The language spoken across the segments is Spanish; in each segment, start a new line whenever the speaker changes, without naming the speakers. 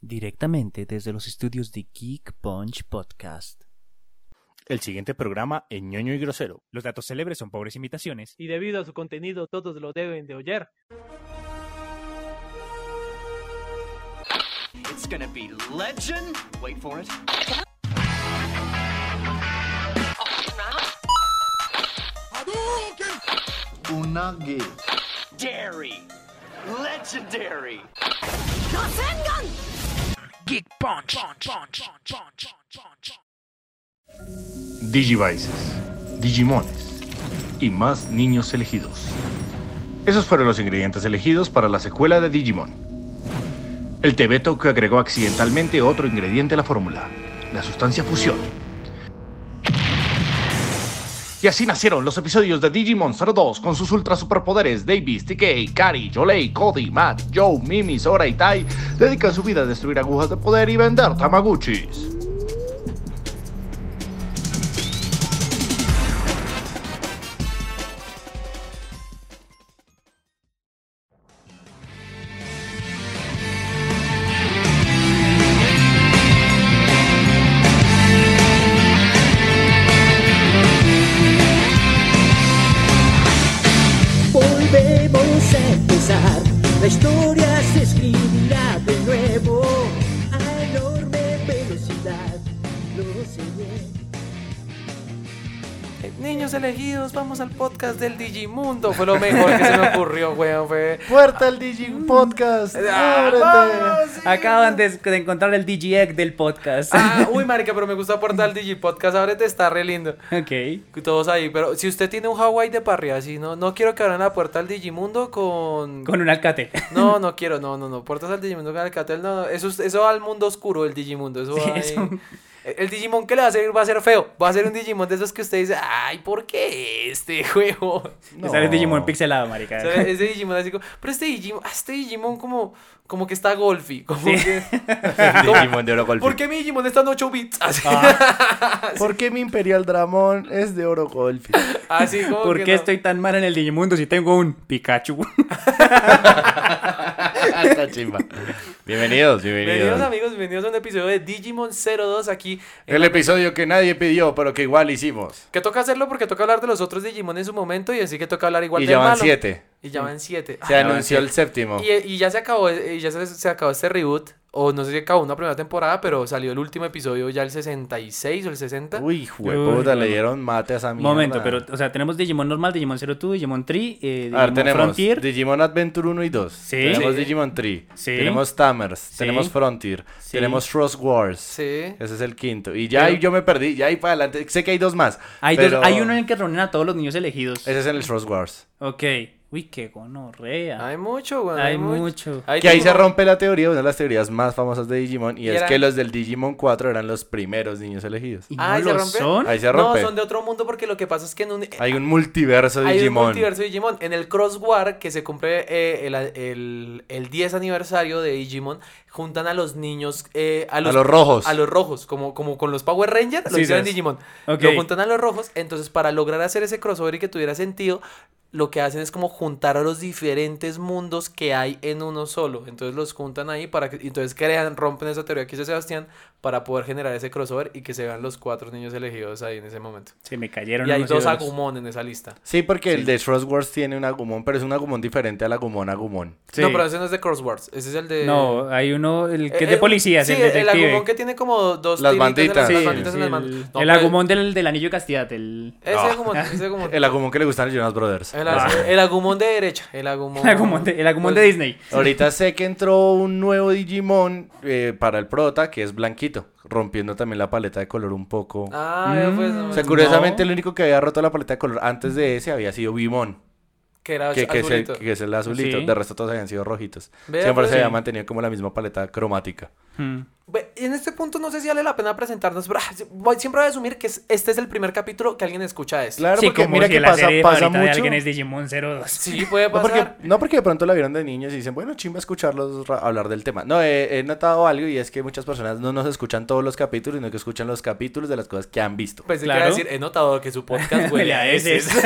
Directamente desde los estudios de Geek Punch Podcast.
El siguiente programa es ñoño y grosero. Los datos célebres son pobres imitaciones.
y debido a su contenido todos lo deben de oír.
It's gonna be legend. Wait for it. Unagi. Dairy. Legendary.
Digivices, Digimones y más niños elegidos. Esos fueron los ingredientes elegidos para la secuela de Digimon. El Tebeto que agregó accidentalmente otro ingrediente a la fórmula, la sustancia fusión. Y así nacieron los episodios de Digimon 02 con sus ultra superpoderes. Davis, TK, Kari, Jolei, Cody, Matt, Joe, Mimi, Sora y Tai dedican su vida a destruir agujas de poder y vender tamaguchis.
Volvemos a empezar. La historia se escribirá de nuevo a enorme velocidad. Lo sé bien.
Niños elegidos, vamos al podcast del Digimundo. Fue lo mejor que se me ocurrió, weón. Fue...
Puerta al Digim Podcast.
¡Vamos!
Ábrete.
Acaban de, de encontrar el DGX del podcast.
Ah, uy, marica, pero me gusta
Mm.
portal Digipodcast. Ábrete, está re lindo.
ok.
Todos ahí, pero si usted tiene un Hawaii de parrilla, así, no, no quiero que abran la puerta al Digimundo con...
Con un alcate.
No, no quiero, no, no, no. Puertas al Digimundo con Alcatel, no, no. Eso, es- eso va al mundo oscuro, el Digimundo. Eso
Sí,
va ahí.
eso.
El- El Digimon que le va a salir va a ser feo. Va a ser un Digimon de esos que usted dice, ay, ¿por qué este juego?
Te Sale Digimon pixelado, marica.
O sea, ese Digimon así como, pero este Digimon, ah, este Digimon como, como que está golfi, como que... como-
Digimon de oro golfi.
¿Por qué mi Digimon está en 8 bits? Así,
¿Por qué mi Imperial Dramón es de oro golfi?
así como
¿Por
que
qué este
no.
estoy tan mal en el Digimundo si tengo un Pikachu?
Está chimba.
Bienvenidos,
Bienvenidos amigos, bienvenidos a un episodio de Digimon 02 aquí. en
El
la-
episodio que nadie pidió, pero que igual hicimos.
Que toca hacerlo porque toca hablar de los otros Digimon en su momento y así que toca hablar igual
Y
del
ya van
malo.
siete.
Y ya van 7.
Se anunció el séptimo.
Y, y ya se acabó, y ya se, se acabó este reboot, o no sé si acabó una primera temporada, pero salió el último episodio ya el 66 o el 60.
Uy, jueputa,
Uy,
le dieron mate a esa mierda.
Momento, pero, o sea, tenemos Digimon normal, Digimon 02, Digimon 3, eh, Digimon
A ver, tenemos
Frontier.
Digimon Adventure 1 y 2.
Sí.
Tenemos
Sí.
Digimon 3.
Sí.
Tenemos Tamers. Tenemos Frontier.
Sí.
Tenemos Frost Wars.
Sí.
Ese es el quinto. Y ya
Pero-
ahí yo me perdí. Ya ahí para adelante. Sé que hay dos más.
Hay,
pero-
dos- hay uno en el que reúnen a todos los niños elegidos.
Ese es en el Frost Wars.
Ok. Uy, qué gonorrea.
Hay mucho, güey.
Hay mucho.
que ahí se
Digimon-
rompe la teoría, una de las teorías más famosas de Digimon. Y,
Y
es
era-
que los del Digimon 4 eran los primeros niños elegidos.
¿Y no
Ah, ¿y se
lo
rompe?
son?
Ahí se
No,
rompe.
son de otro mundo porque lo que pasa es que en un,
Hay un multiverso
hay un
Digimon.
multiverso de Digimon. En el Cross War, que se cumple eh, el, el- el 10 aniversario de Digimon, juntan a los niños. eh, a, los,
los rojos.
A los rojos, como, como con los Power Rangers, lo
Sí,
hicieron en
sí.
Digimon.
Ok.
Lo juntan a los rojos. Entonces, para lograr hacer ese crossover y que tuviera sentido. lo que hacen es como juntar a los diferentes mundos que hay en uno solo. Entonces los juntan ahí para que, y entonces crean, rompen esa teoría que hizo Sebastián para poder generar ese crossover y que se vean los cuatro niños elegidos ahí en ese momento.
Se me cayeron
Y hay
unos
dos
ídolos.
Agumon en esa lista.
Sí, porque el de Wars tiene un Agumon, pero es un Agumon diferente al Agumon Agumon.
No, pero ese no es de Crosswords, ese es el de...
No, hay uno, el que es de
Eh, eh,
policías,
sí,
el detective.
Agumon que tiene como dos
Las
tiritas en
banditas.
las- las
Sí,
banditas en
sí,
las man-
El,
No, pues.
el
pero-
Agumon del, del anillo de castidad, el...
Ese
No.
Agumon, ese Agumon.
El Agumon que le gustan a Jonas Brothers.
El,
Ah.
el Agumon de derecha, el Agumon...
El Agumon de- el Agumon
Pues,
de Disney.
Ahorita sé que entró un nuevo Digimon eh, para el prota, que es blanquito, rompiendo también la paleta de color un poco.
Ah, vea, pues, no,
Mm.
Mm.
o sea,
pues,
curiosamente
no.
el único que había roto la paleta de color antes de ese había sido Bimon.
Que era
que es el,
azulito.
que es el azulito.
Sí.
De resto todos habían sido rojitos.
Vea,
Siempre
pues.
se había
Sí.
mantenido como la misma paleta cromática.
Ve, En este punto no sé si vale la pena presentarnos, pero ah, voy- siempre voy a asumir que es- este es el primer capítulo que alguien escucha esto.
Claro,
sí,
porque
como
mira
si
que
la
pasa-
serie
pasa
favorita de
mucho.
alguien es Digimon 02.
Sí, puede
No
pasar.
porque, no porque de pronto la vieron de niños y dicen, bueno, chimba escucharlos ra- hablar del tema. No, eh, he notado algo y es que muchas personas no nos escuchan todos los capítulos, sino que escuchan los capítulos de las cosas que han visto.
Pensé que iba a decir, he notado que su podcast huele a
ese
heces.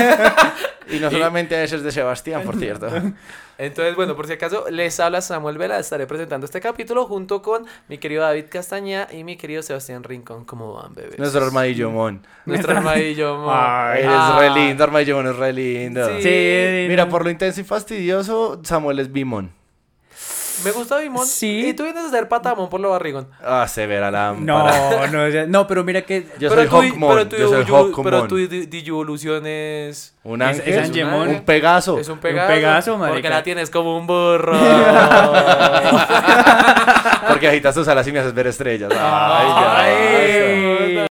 y no solamente a heces de Sebastián, por cierto.
Entonces, bueno, por si acaso, les habla Samuel Vela. Estaré presentando este capítulo junto con mi querido David Castañeda y mi querido Sebastián Rincón. ¿Cómo van, bebés?
Nuestro armadillo mon.
Nuestro armadillo mon.
Ay,
Ah.
Es re lindo, armadillo mon es re lindo.
Sí. Sí.
Mira, por lo intenso y fastidioso, Samuel es bimón.
Me gusta Bimón. Sí. Y tú vienes a ser patamón por lo barrigón.
Ah, se verá la
No, no, ya- no, pero mira que...
Yo
pero
soy
tú-
Hawkmon,
Pero tu,
yo soy
diyu-
Hawkmon.
pero tu di- digivolución es...
Un
es-
ángel,
es
un,
Angemon.
pegaso.
Es un pegaso. Porque
marica.
la tienes como un burro.
Porque agitas tus alas y me haces ver estrellas.
Ah.
Ay,
Ay.
ya.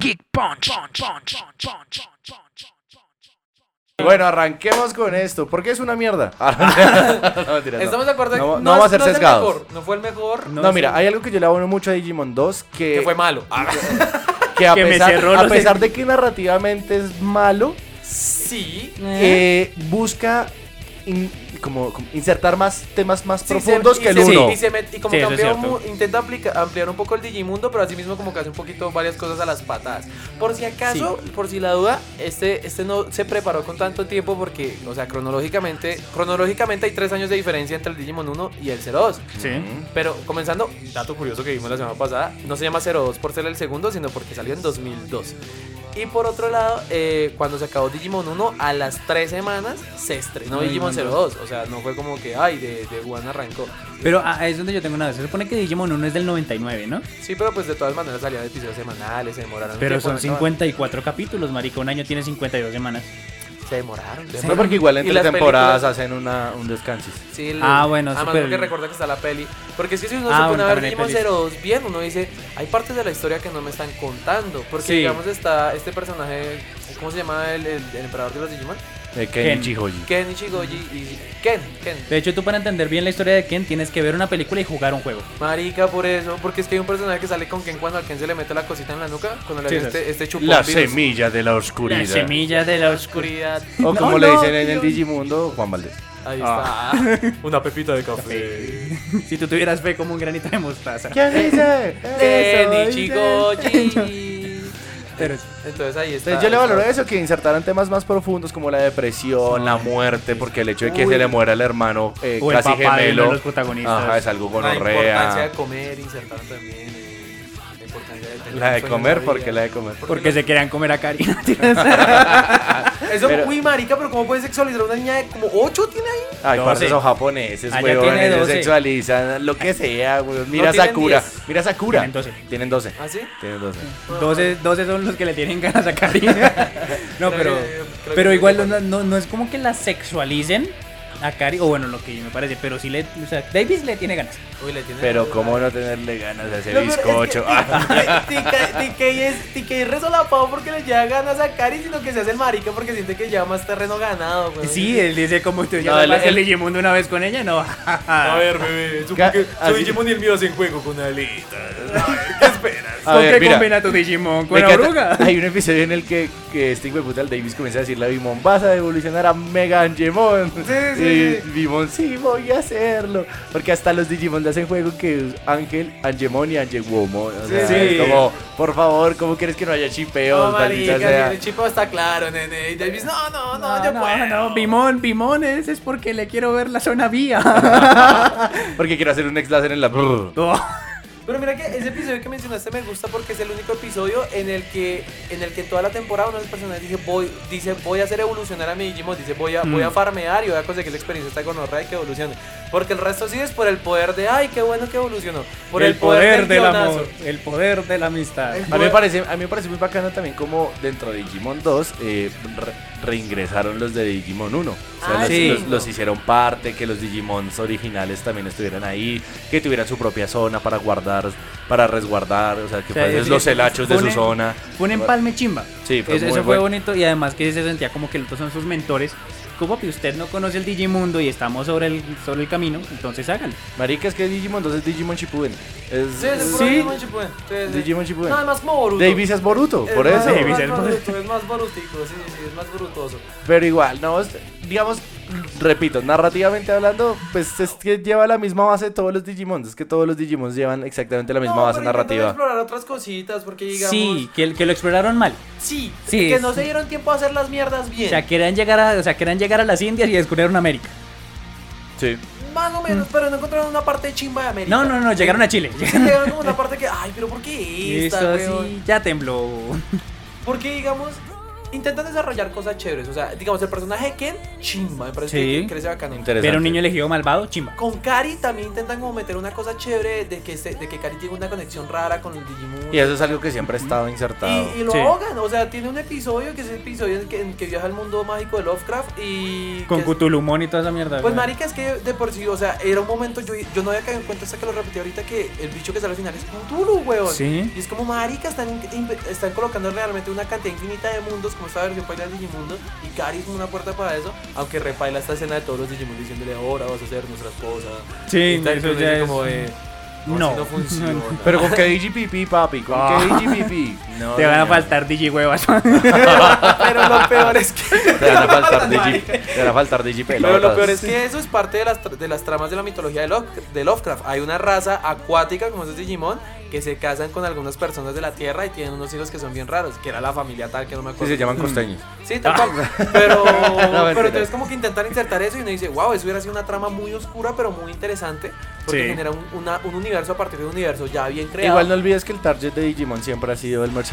Geek Punch.
Bueno, arranquemos con esto. Porque es una mierda. No, mentiras, no.
Estamos de acuerdo.
No, no,
no
vamos a
es-
ser
no es el
sesgados.
mejor, No fue el mejor.
No, mira, hay algo que yo le abono mucho a Digimon 2 que,
Que fue malo. Ah,
que a
que me
pesar,
cerró
a
los-
pesar de que narrativamente es malo,
Sí.
eh, busca in- como, como insertar más temas más
Sí, se-
profundos
y
que el
se-
uno.
Y, se met- y como que amplió mu- intenta aplica- ampliar un poco el Digimundo, pero así mismo como que hace un poquito varias cosas a las patadas. Por si acaso, por si la duda, este, este no se preparó con tanto tiempo porque, o sea, cronológicamente, cronológicamente hay tres años de diferencia entre el Digimon 1 y el 02.
Sí.
Pero comenzando, dato curioso que vimos la semana pasada, no se llama 02 por ser el segundo, sino porque salió en 2002. Y por otro lado, eh, cuando se acabó Digimon 1, a las 3 semanas se estrenó
No,
Digimon
Digimon
02. O sea, no fue como que, ay, de, de One arrancó.
Pero ah, es donde yo tengo una duda. Se supone que Digimon 1 es del 99, ¿no?
Sí, pero pues de todas maneras salían episodios semanales, se demoraron. un
Pero
tiempo en
son
acabar.
54 capítulos, marica. Un año tiene 52 semanas.
Se demoraron. se
No,
demoraron.
porque igual
Y
entre
las
temporadas
películas-
hacen una, un descanso.
Sí, el-
Ah, bueno,
Además,
súper-
porque recuerda que está la peli. Porque es que si uno
Ah,
se pone
bueno,
a ver
también hay
Digimon 02 bien, uno dice, hay partes de la historia que no me están contando. Porque,
Sí.
digamos, está este personaje, ¿cómo se llama el, el- el emperador de los Digimon?
Eh,
Ken.
Kenichi Hoji.
Ken Ichigoji y Ken, Ken.
De hecho, tú para entender bien la historia de Ken tienes que ver una película y jugar un juego.
Marica, por eso, porque es que hay un personaje que sale con Ken cuando al Ken se le mete la cosita en la nuca, cuando le
Sí,
hace este,
esas.
este chupón
La
virus.
semilla de la oscuridad.
La semilla de la
oscuridad.
O
No,
como le
no,
dicen en el
Dios.
Digimundo, Juan Valdés.
Ahí
Ah.
está. Una pepita de café.
si tú tuvieras fe como un granito de mostaza.
¿Qué dice? Ken Ichigoji.
Pero-
Entonces ahí está.
Entonces yo le valoro
eso.
eso, que insertaran temas más profundos como la depresión, la muerte, porque el hecho de que
Uy.
se le muera el hermano eh,
O el
casi
papá de uno de
gemelo
los protagonistas.
Ajá, es algo
La importancia de
gonorrea.
comer, insertar también. eh, la importancia de tener
La de
un sueño
comer,
vida.
porque la de comer.
Porque se querían comer a Cari.
Eso,
Pero-
uy, marica, pero ¿cómo puede sexualizar una niña de como 8 tiene ahí?
Ay,
No,
parce,
sí.
esos japoneses,
Allá tiene
weón,
12.
sexualizan lo que sea, weón. Mira
No tienen
Sakura,
10.
mira Sakura.
Tienen 12.
Tienen 12.
¿Ah, sí?
Tienen 12.
12, 12 son los que le tienen ganas a Cari. no, pero,
creo
pero
que-
igual no, no- no es como que la sexualicen a Cari. O bueno, lo que me parece. Pero sí le. O sea, Davis le tiene ganas.
Uy, le tiene.
Pero cómo no tenerle ganas de ese
No, pero es que
bizcocho. Ah.
Tika- TK es TK es resolapado porque le llega ganas a Cari, sino que se hace el marica porque siente que lleva más terreno ganado, güey.
Sí, él dice como tú ya
No,
no,
el-
el
el-
Digimundo una vez con ella, no. a
bebé, su,
Ca- así-
Digimon y el mío hacen juego con alitas. A ver, ¿qué esperas?
A
¿Con
ver,
qué
mira.
combina tu Digimon? ¿Con
Me encanta.
oruga?
Hay un episodio en el que, que este hijo de puta, el Davis comienza a decirle a Bimon, vas a evolucionar a Mega Angemon.
sí,
y
sí.
Bimon, sí, voy a hacerlo. Porque hasta los Digimon le hacen juego que es Ángel, Angemon y Angewomon. O sea,
Sí.
es como, por favor, ¿cómo quieres que no haya chipeos,
No,
maldita
marica,
sea?
el chipo está claro, nene. Y Davis, no, no, no, yo puedo.
no, Bimón, Bimón, ese es porque le quiero ver la zona vía.
Porque quiero hacer un ex láser en la.
Pero mira que ese episodio que mencionaste me gusta porque es el único episodio en el que en el que toda la temporada uno de los personajes dice voy, dice voy a hacer evolucionar a mi Digimon, dice voy a,
Mm.
voy a farmear y voy a conseguir esa experiencia esta gonorrea y que evolucione. Porque el resto sí es por el poder de ay, qué bueno que evolucionó. Por el, poder, del guionazo.
amor, el poder de la amistad.
A mí, me parece, a mí me parece muy bacano también como dentro de Digimon 2 eh, re- reingresaron los de Digimon 1. O sea,
Ah,
los,
sí.
los- los hicieron parte, que los Digimons originales también estuvieran ahí, que tuvieran su propia zona para guardar, para resguardar, o sea, que
O sea,
fueran
es-
Pues, los
es-
celachos de
fue
su
un- em-
zona.
Fue un empalme chimba.
Sí, fue
Es-
muy
Eso fue
bueno.
bonito y además que se sentía como que los dos son sus mentores. Como que usted no conoce el Digimundo y estamos sobre el, sobre el camino, entonces hágalo.
Marica, es que Digimon 2 es Digimon Shippuden. Es,
Sí, es el puro Digimon Shippuden. Sí, sí.
Digimon Shippuden.
No, además como Boruto.
Davis es Boruto, por
más-
eso.
Es más, Boruto, es más borutico, sí, sí, es más borutoso.
Pero igual, no, es- digamos, repito, narrativamente hablando, pues es que lleva la misma base todos los Digimon. Es que todos los Digimon llevan exactamente la misma
No,
base
pero intentan
narrativa.
explorar otras cositas porque digamos
Sí, que, que lo exploraron mal.
Sí,
Sí,
que no
sí.
se dieron tiempo a hacer las mierdas bien.
O sea, querían llegar a, o sea, querían llegar a las Indias y descubrieron América.
Sí.
Más o menos, pero no encontraron una parte chimba de América.
Mm. No, no, no, llegaron a Chile.
Sí, llegaron como una parte que, ay, pero ¿por qué esta,
Eso
weón?
sí, ya tembló.
Porque, digamos, intentan desarrollar cosas chéveres. O sea, digamos, el personaje de Ken, chimba, me parece que-
Sí.
que crece bacano.
Pero un niño elegido malvado, chimba.
Con Kari también intentan como meter una cosa chévere de que, se- de que Kari tiene una conexión rara con el Digimon.
Y eso es algo que siempre ha estado insertado.
Y, y lo ahogan, o sea, tiene un episodio que es el episodio en que, en que viaja al mundo mágico de Lovecraft y...
Con
que es-
Cutulumón y toda esa mierda.
Pues
weón.
marica, es que de por sí, o sea, era un momento, yo, yo no había caído en cuenta hasta que lo repetí ahorita que el bicho que sale al final es Cthulhu, weón.
Sí.
Y es como marica, están, in- in- están colocando realmente una cantidad infinita de mundos, como esta versión para el Digimundo, y Kari es como una puerta para eso, aunque repaila esta escena de todos los Digimon diciéndole ahora vas a ser nuestra esposa.
Sí,
Y tal,
eso
y uno
ya
dice
es-
como de,
No.
así no funciona.
Pero con que DGPP, papi, con
Ah.
que DGPP. No,
Te van a
no, no.
faltar DJ huevas.
Pero lo peor es que...
Te van a faltar DG, te van a faltar DG
Pero
pelotas.
lo peor es que eso es parte de las, tra- de las tramas de la mitología de, Love- de Lovecraft. Hay una raza acuática, como esos Digimon, que se casan con algunas personas de la Tierra y tienen unos hijos que son bien raros, que era la familia tal, que no me acuerdo.
Sí, se llaman costeños.
Sí, tal cual. Pero, pero
mentira.
entonces como que intentar insertar eso y uno dice, wow, eso hubiera sido una trama muy oscura, pero muy interesante, porque
Sí.
genera un, una- un universo a partir de un universo ya bien creado.
Igual no olvides que el target de Digimon siempre ha sido el merchandising.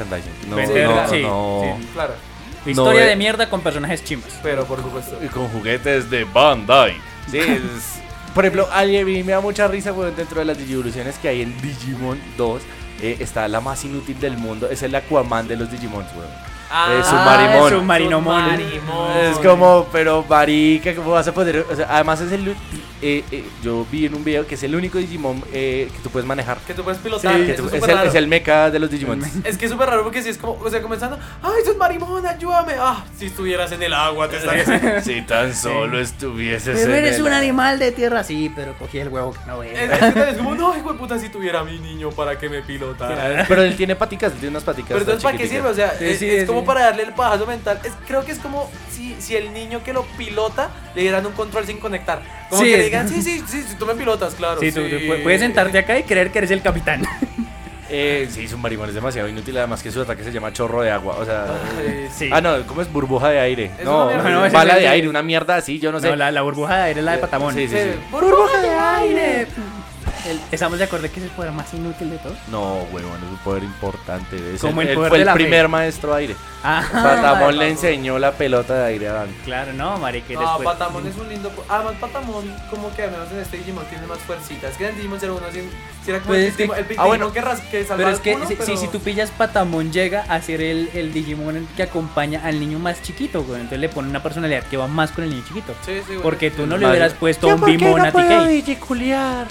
No,
Vender,
no,
sí,
no.
sí.
Claro.
No eh.
Historia
ve-
de mierda con personajes chimbas.
Pero por supuesto.
Y con juguetes de Bandai. Sí, es- Por ejemplo, a mí me da mucha risa porque dentro de las Digivoluciones que hay en Digimon 2 eh, está la más inútil del mundo. Es el Aquaman de los Digimon, weón.
Ah,
Eh, Submarimon.
el Submarimon.
Submarimon.
Es como, pero marica, ¿cómo vas a poder? O sea, además es el... u- eh, eh, yo vi en un video que es el único Digimon eh, que tú puedes manejar.
Que tú puedes pilotar,
que
es
tú- es,
súper
el,
raro.
es el mecha de los Digimon.
Es que es súper raro porque si es como, o sea, comenzando, ay, sos marimón, ayúdame. Ah, si estuvieras en el agua, te estarías.
si tan solo estuvieses
Pero eres un
animal de tierra, sí, pero cogí el huevo que no
Es, es que es como, no, hijo de puta, si tuviera a mi niño para que me pilotara.
Pero él tiene paticas, él tiene unas paticas.
Pero entonces, ¿para qué sirve?
chiquiticas.
O sea, es, es como para darle el pajazo mental. Es- creo que es como si, si el niño que lo pilota le dieran un control sin conectar. Como
Sí,
que le
es-
digan, sí, sí, sí, sí, tú me pilotas, claro.
Sí, tú, tú pu- puedes sentarte acá y creer que eres el capitán.
Eh, sí, Submarimón es demasiado inútil, además que su ataque se llama chorro de agua. O sea,
Ay, sí.
ah, no, ¿cómo es burbuja de aire?
Es una
No,
mierda. No, no, ese
bala
es el
de
que-
aire, una mierda así, yo no sé.
No, la, la burbuja de aire es la de Patamón.
Sí, sí, sí.
¡Burbuja
de
aire!
Estamos de acuerdo que es el poder más inútil de todos.
No, huevón, es un poder importante. Es
Como el
él
poder
fue
de
el
la fe.
primer maestro aire.
Ah.
Patamón le enseñó la pelota de aire a Dan.
Claro, no, marica. y
No,
después-
Ah, Patamón es un lindo. po- ah, Además, Patamón, como que al menos en este Digimon tiene más fuercita. Es que en Digimon 01 sí- sí era como
Pues
el,
es que-
Digimon- el Digimon
ah, bueno.
que, ras, que salvaba
Pero es
al
que
culo,
si, si-
pero-
si tú pillas Patamón llega a ser el, el Digimon que acompaña al niño más chiquito, güey. Entonces le pone una personalidad que va más con el niño chiquito.
Sí, sí, güey.
Porque tú no le
Más-
hubieras puesto
¿Yo
un
por qué
Bimon
no
a
puedo
TK.
digiculear?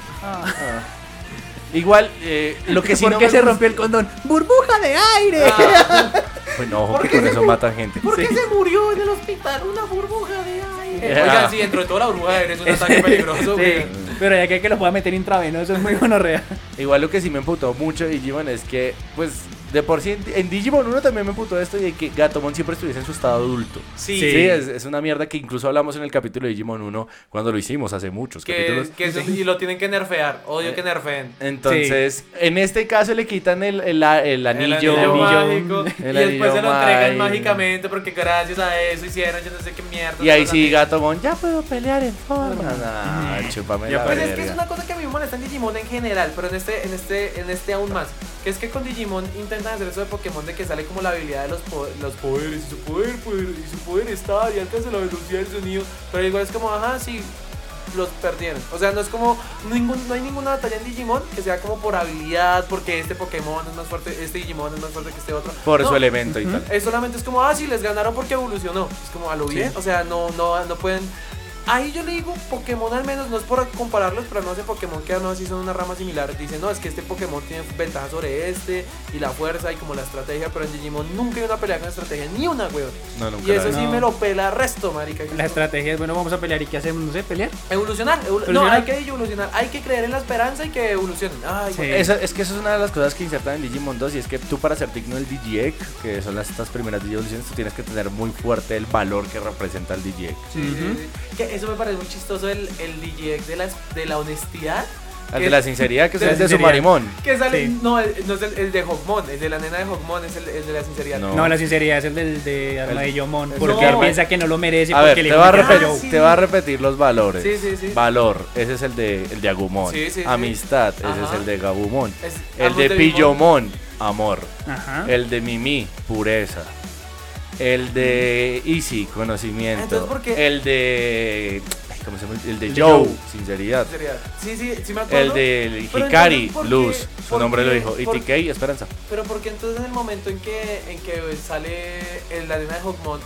Igual, eh, lo que sí
Ah. ¿Por
no
qué
me
se
gusta-
rompió el condón? ¡Burbuja de aire!
Ah,
Bueno, ojo que con eso matan gente.
¿Por qué
Sí.
se murió en el hospital una burbuja de aire?
Ah.
Oigan, sí, dentro de toda la burbuja de aire es un ataque peligroso,
Sí.
güey.
Pero ya que, que lo pueda meter intravenoso es muy gonorrea.
Igual lo que sí me emputó mucho de Digimon es que, pues, de por sí en, en Digimon 1 también me emputó esto y de que Gatomon siempre estuviese en su estado adulto.
Sí.
Sí,
Sí.
es, es una mierda que incluso hablamos en el capítulo de Digimon 1 cuando lo hicimos hace muchos
Que,
capítulos. Eh,
que eso- y lo tienen que nerfear. Odio que nerfeen.
Entonces, en este caso le quitan el, el, a- el
El
anillo.
anillo mágico.
el
y después
anillo
se lo entregan
mágico.
mágicamente porque gracias a eso hicieron yo no sé qué mierda.
Y ahí
todas
sí,
las-
Gatomon, ya puedo pelear en forma. Nah, chúpame la
Pues es que es
verga.
una cosa que a mí me molesta en Digimon en general, pero en este, en este, en este aún más. Que es que con Digimon intentan hacer eso de Pokémon de que sale como la habilidad de los, po- los poderes y su poder, poder- y su poder está y alcanza la velocidad del sonido. Pero igual es como, ajá, sí, los perdieron. O sea, no es como, ningún, no hay ninguna batalla en Digimon que sea como por habilidad, porque este Pokémon es más fuerte, este Digimon es más fuerte que este otro.
Por
No.
su elemento y tal.
Es solamente es como, ah, sí, les ganaron porque evolucionó. Es como a lo
Sí.
bien. O sea, no, no, no pueden. Ahí yo le digo, Pokémon al menos, no es por compararlos, pero no sé, Pokémon que no así son una rama similar. Dicen, no, es que este Pokémon tiene ventaja sobre este, y la fuerza, y como la estrategia, pero en Digimon nunca hay una pelea con estrategia, ni una, weón.
No, nunca
y
la
eso
vi.
sí
No.
me lo pela resto, marica.
La estrategia es, bueno, vamos a pelear y ¿qué hacemos? No sé, pelear.
Evolucionar, evolu- no,
Evolucionar.
hay que evolucionar, hay que creer en la esperanza y que evolucionen. Ay, weón.
Esa- es que eso es una de las cosas que insertan en Digimon 2 y es que tú para ser digno del DGX, que son las, estas primeras Digievoluciones, tú tienes que tener muy fuerte el valor que representa el DGX.
Sí, sí, sí. Que eso me parece muy chistoso el, el DJX de la, de la honestidad.
El
Que
de la
es-
sinceridad, que es el de
sinceridad.
Sumarimón.
Que sale,
Sí.
no, el- no es el, el de Hogmon, el de la nena de Hogmon es el, el de la sinceridad.
No. la sinceridad es el del de Armadillomon. Porque
No.
él piensa que no lo merece
A
porque
ver,
le
te
dijo
va a,
que era
repetir,
Joe.
te va a repetir los valores.
"Ah, Sí, sí, sí.
Valor, ese es el de, el de Agumon.
Sí, sí, sí.
Amistad, ese es
Ajá.
el de Gabumon.
Es-
el
ambos
de
de Bimon.
Pillomon, amor.
Ajá.
El de Mimi, pureza. El de Easy, conocimiento.
Entonces, ¿por qué?
El de... ay, ¿cómo se llama? El de
El de
Joe,
Joe.
sinceridad.
Sinceridad. Sí, sí, sí me acuerdo.
El de
Pero
Hikari,
entonces, ¿por qué-
luz. Su
por
nombre
qué-
lo dijo.
por-
ITK, esperanza.
Pero porque entonces en el momento en que, en que sale el, la nena de Hogmon,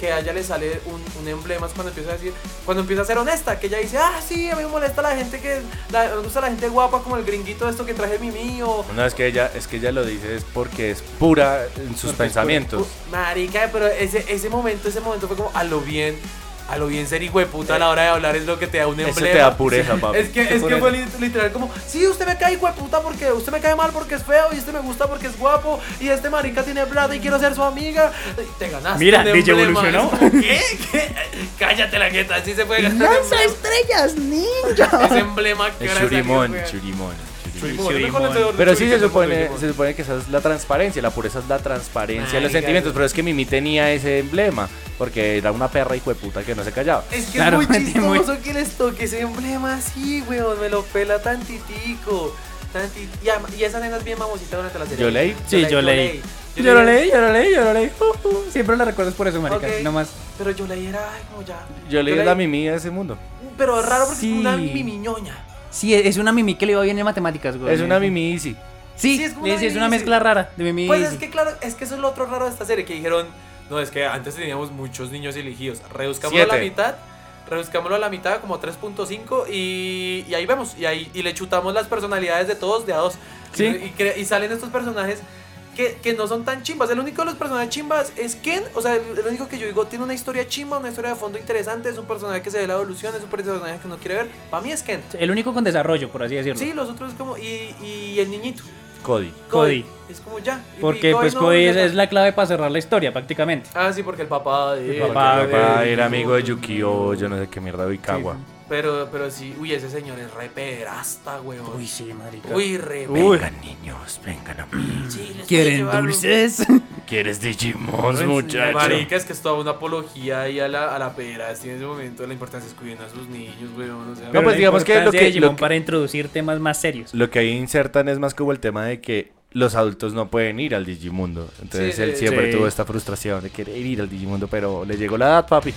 que a ella le sale un, un emblema es cuando empieza a decir, cuando empieza a ser honesta, que ella dice, ah, sí, a mí me molesta la gente que, la, me gusta la gente guapa como el gringuito esto que traje Mimi o...
Una vez que ella, es que ella lo dice es porque es pura en sus pensamientos.
Uh, Marica, pero ese, ese momento, ese momento fue como a lo bien, a lo bien ser hijo de puta a la hora de hablar es lo que te da un
Eso
emblema.
te da pureza, papi.
Es que,
Te
es que
pureza.
fue lit- literal como, sí, usted me cae hijo de puta porque usted me cae mal porque es feo y este me gusta porque es guapo y este marica tiene plata y quiero ser su amiga. Y Te ganaste.
Mira,
un
DJ
emblema.
evolucionó.
Es como, ¿Qué? ¿Qué? Cállate la gueta, así se puede gastar.
estrellas ninja!
Ese emblema que
El
ahora es amigo,
Shurimon,
weón.
Shurimon.
Shurimon, Shurimon. el mejor lanzador de
Pero sí se
shurikens del
supone,
mundo,
se supone que esa es la transparencia, la pureza es la transparencia de los
Marica,
sentimientos,
yo-
pero es que Mimi tenía ese emblema, porque era una perra y puta que no se callaba.
Es que es muy chistoso que les toque ese emblema así, weón. Me lo pela tantitico. tanti- Y, ama- y esa nena es bien mamosita durante la serie.
¿Yo leí?
Sí, yo leí. Yo lo leí, yo lo leí, yo lo leí. Uh, uh, Siempre la recuerdas por eso, marica.
Ok.
No más.
Pero yo leí era, ay, como ya.
Yo leí
Yo
la
leí-
Mimi de ese mundo.
Pero es raro porque
Sí.
es una mimiñoña.
Sí, es una mimi que le iba bien en matemáticas, güey.
Es una Mimi Easy.
Sí,
Sí, es
es,
como una
es una
mimi, sí.
mezcla rara de mimi.
Pues es que, claro, es que eso es lo otro raro de esta serie. Que dijeron, no, es que antes teníamos muchos niños elegidos. Reduzcámoslo a la
Siete.
mitad. Reduzcámoslo a la mitad, como 3.5. Y, y ahí vemos. Y, ahí, y le chutamos las personalidades de todos de a dos.
Sí.
Y, y cre- y salen estos personajes. Que, que no son tan chimbas. El único de los personajes chimbas es Ken. O sea, el, el único que yo digo tiene una historia chimba, una historia de fondo interesante. Es un personaje que se ve la evolución, es un personaje que uno quiere ver. Para mí es Ken.
El único con desarrollo, por así decirlo.
Sí, los otros es como. Y, y el niñito.
Cody.
Cody.
Es como ya. Y- y
Porque pues
no-
Cody
no-
es, es la clave para cerrar la historia, prácticamente.
Ah, sí, porque el papá de
Porque
papá,
el papá
güey.
era amigo de Yukio, yo no sé qué mierda, Oikawa.
Pero, pero sí, uy, ese señor es re pederasta, weón. Uy,
sí, marica.
Uy, re
Uy.
pederasta.
Vengan niños, vengan a mí.
Sí, les
¿Quieren
puedo llevar un-
dulces? ¿Quieres Digimon, muchacho?
Marica, es que es toda una apología ahí a la, a la pederastia en ese momento. La importancia es cuidar a sus niños, weón. O sea,
No, pues
la
digamos que lo
importancia
que-
de Digimon
lo que-
para introducir temas más serios.
Lo que ahí insertan es más como el tema de que los adultos no pueden ir al Digimundo. Entonces
Sí,
él
sí,
siempre
sí.
tuvo esta frustración de querer ir al Digimundo, pero le llegó la edad, papi.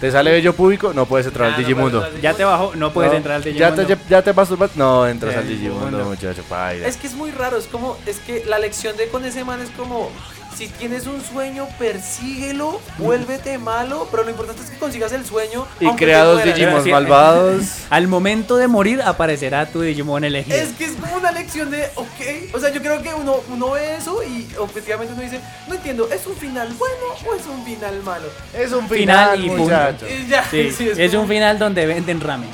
Te sale bello público, no puedes entrar
Ah,
al
no
Digimundo.
puedes entrar al Ya te Digimundo. bajó, no puedes entrar al
Ya te,
Digimundo.
ya, ya te masturbas, no entras al Digimundo,
Digimundo.
muchacho. paila.
Es que es muy raro, es como, es que la lección de con ese man es como, si tienes un sueño, persíguelo, vuélvete malo, pero lo importante es que consigas el sueño. aunque te mueras.
Sí. Al momento de morir aparecerá tu Digimon elegido.
Es que es como una lección de, ok, o sea, yo creo que uno, uno ve eso y objetivamente uno dice, no entiendo, ¿es un final bueno o es un final malo?
Es un
final y punto.
Y ya,
Sí,
sí, es
es
como-
un final donde venden ramen.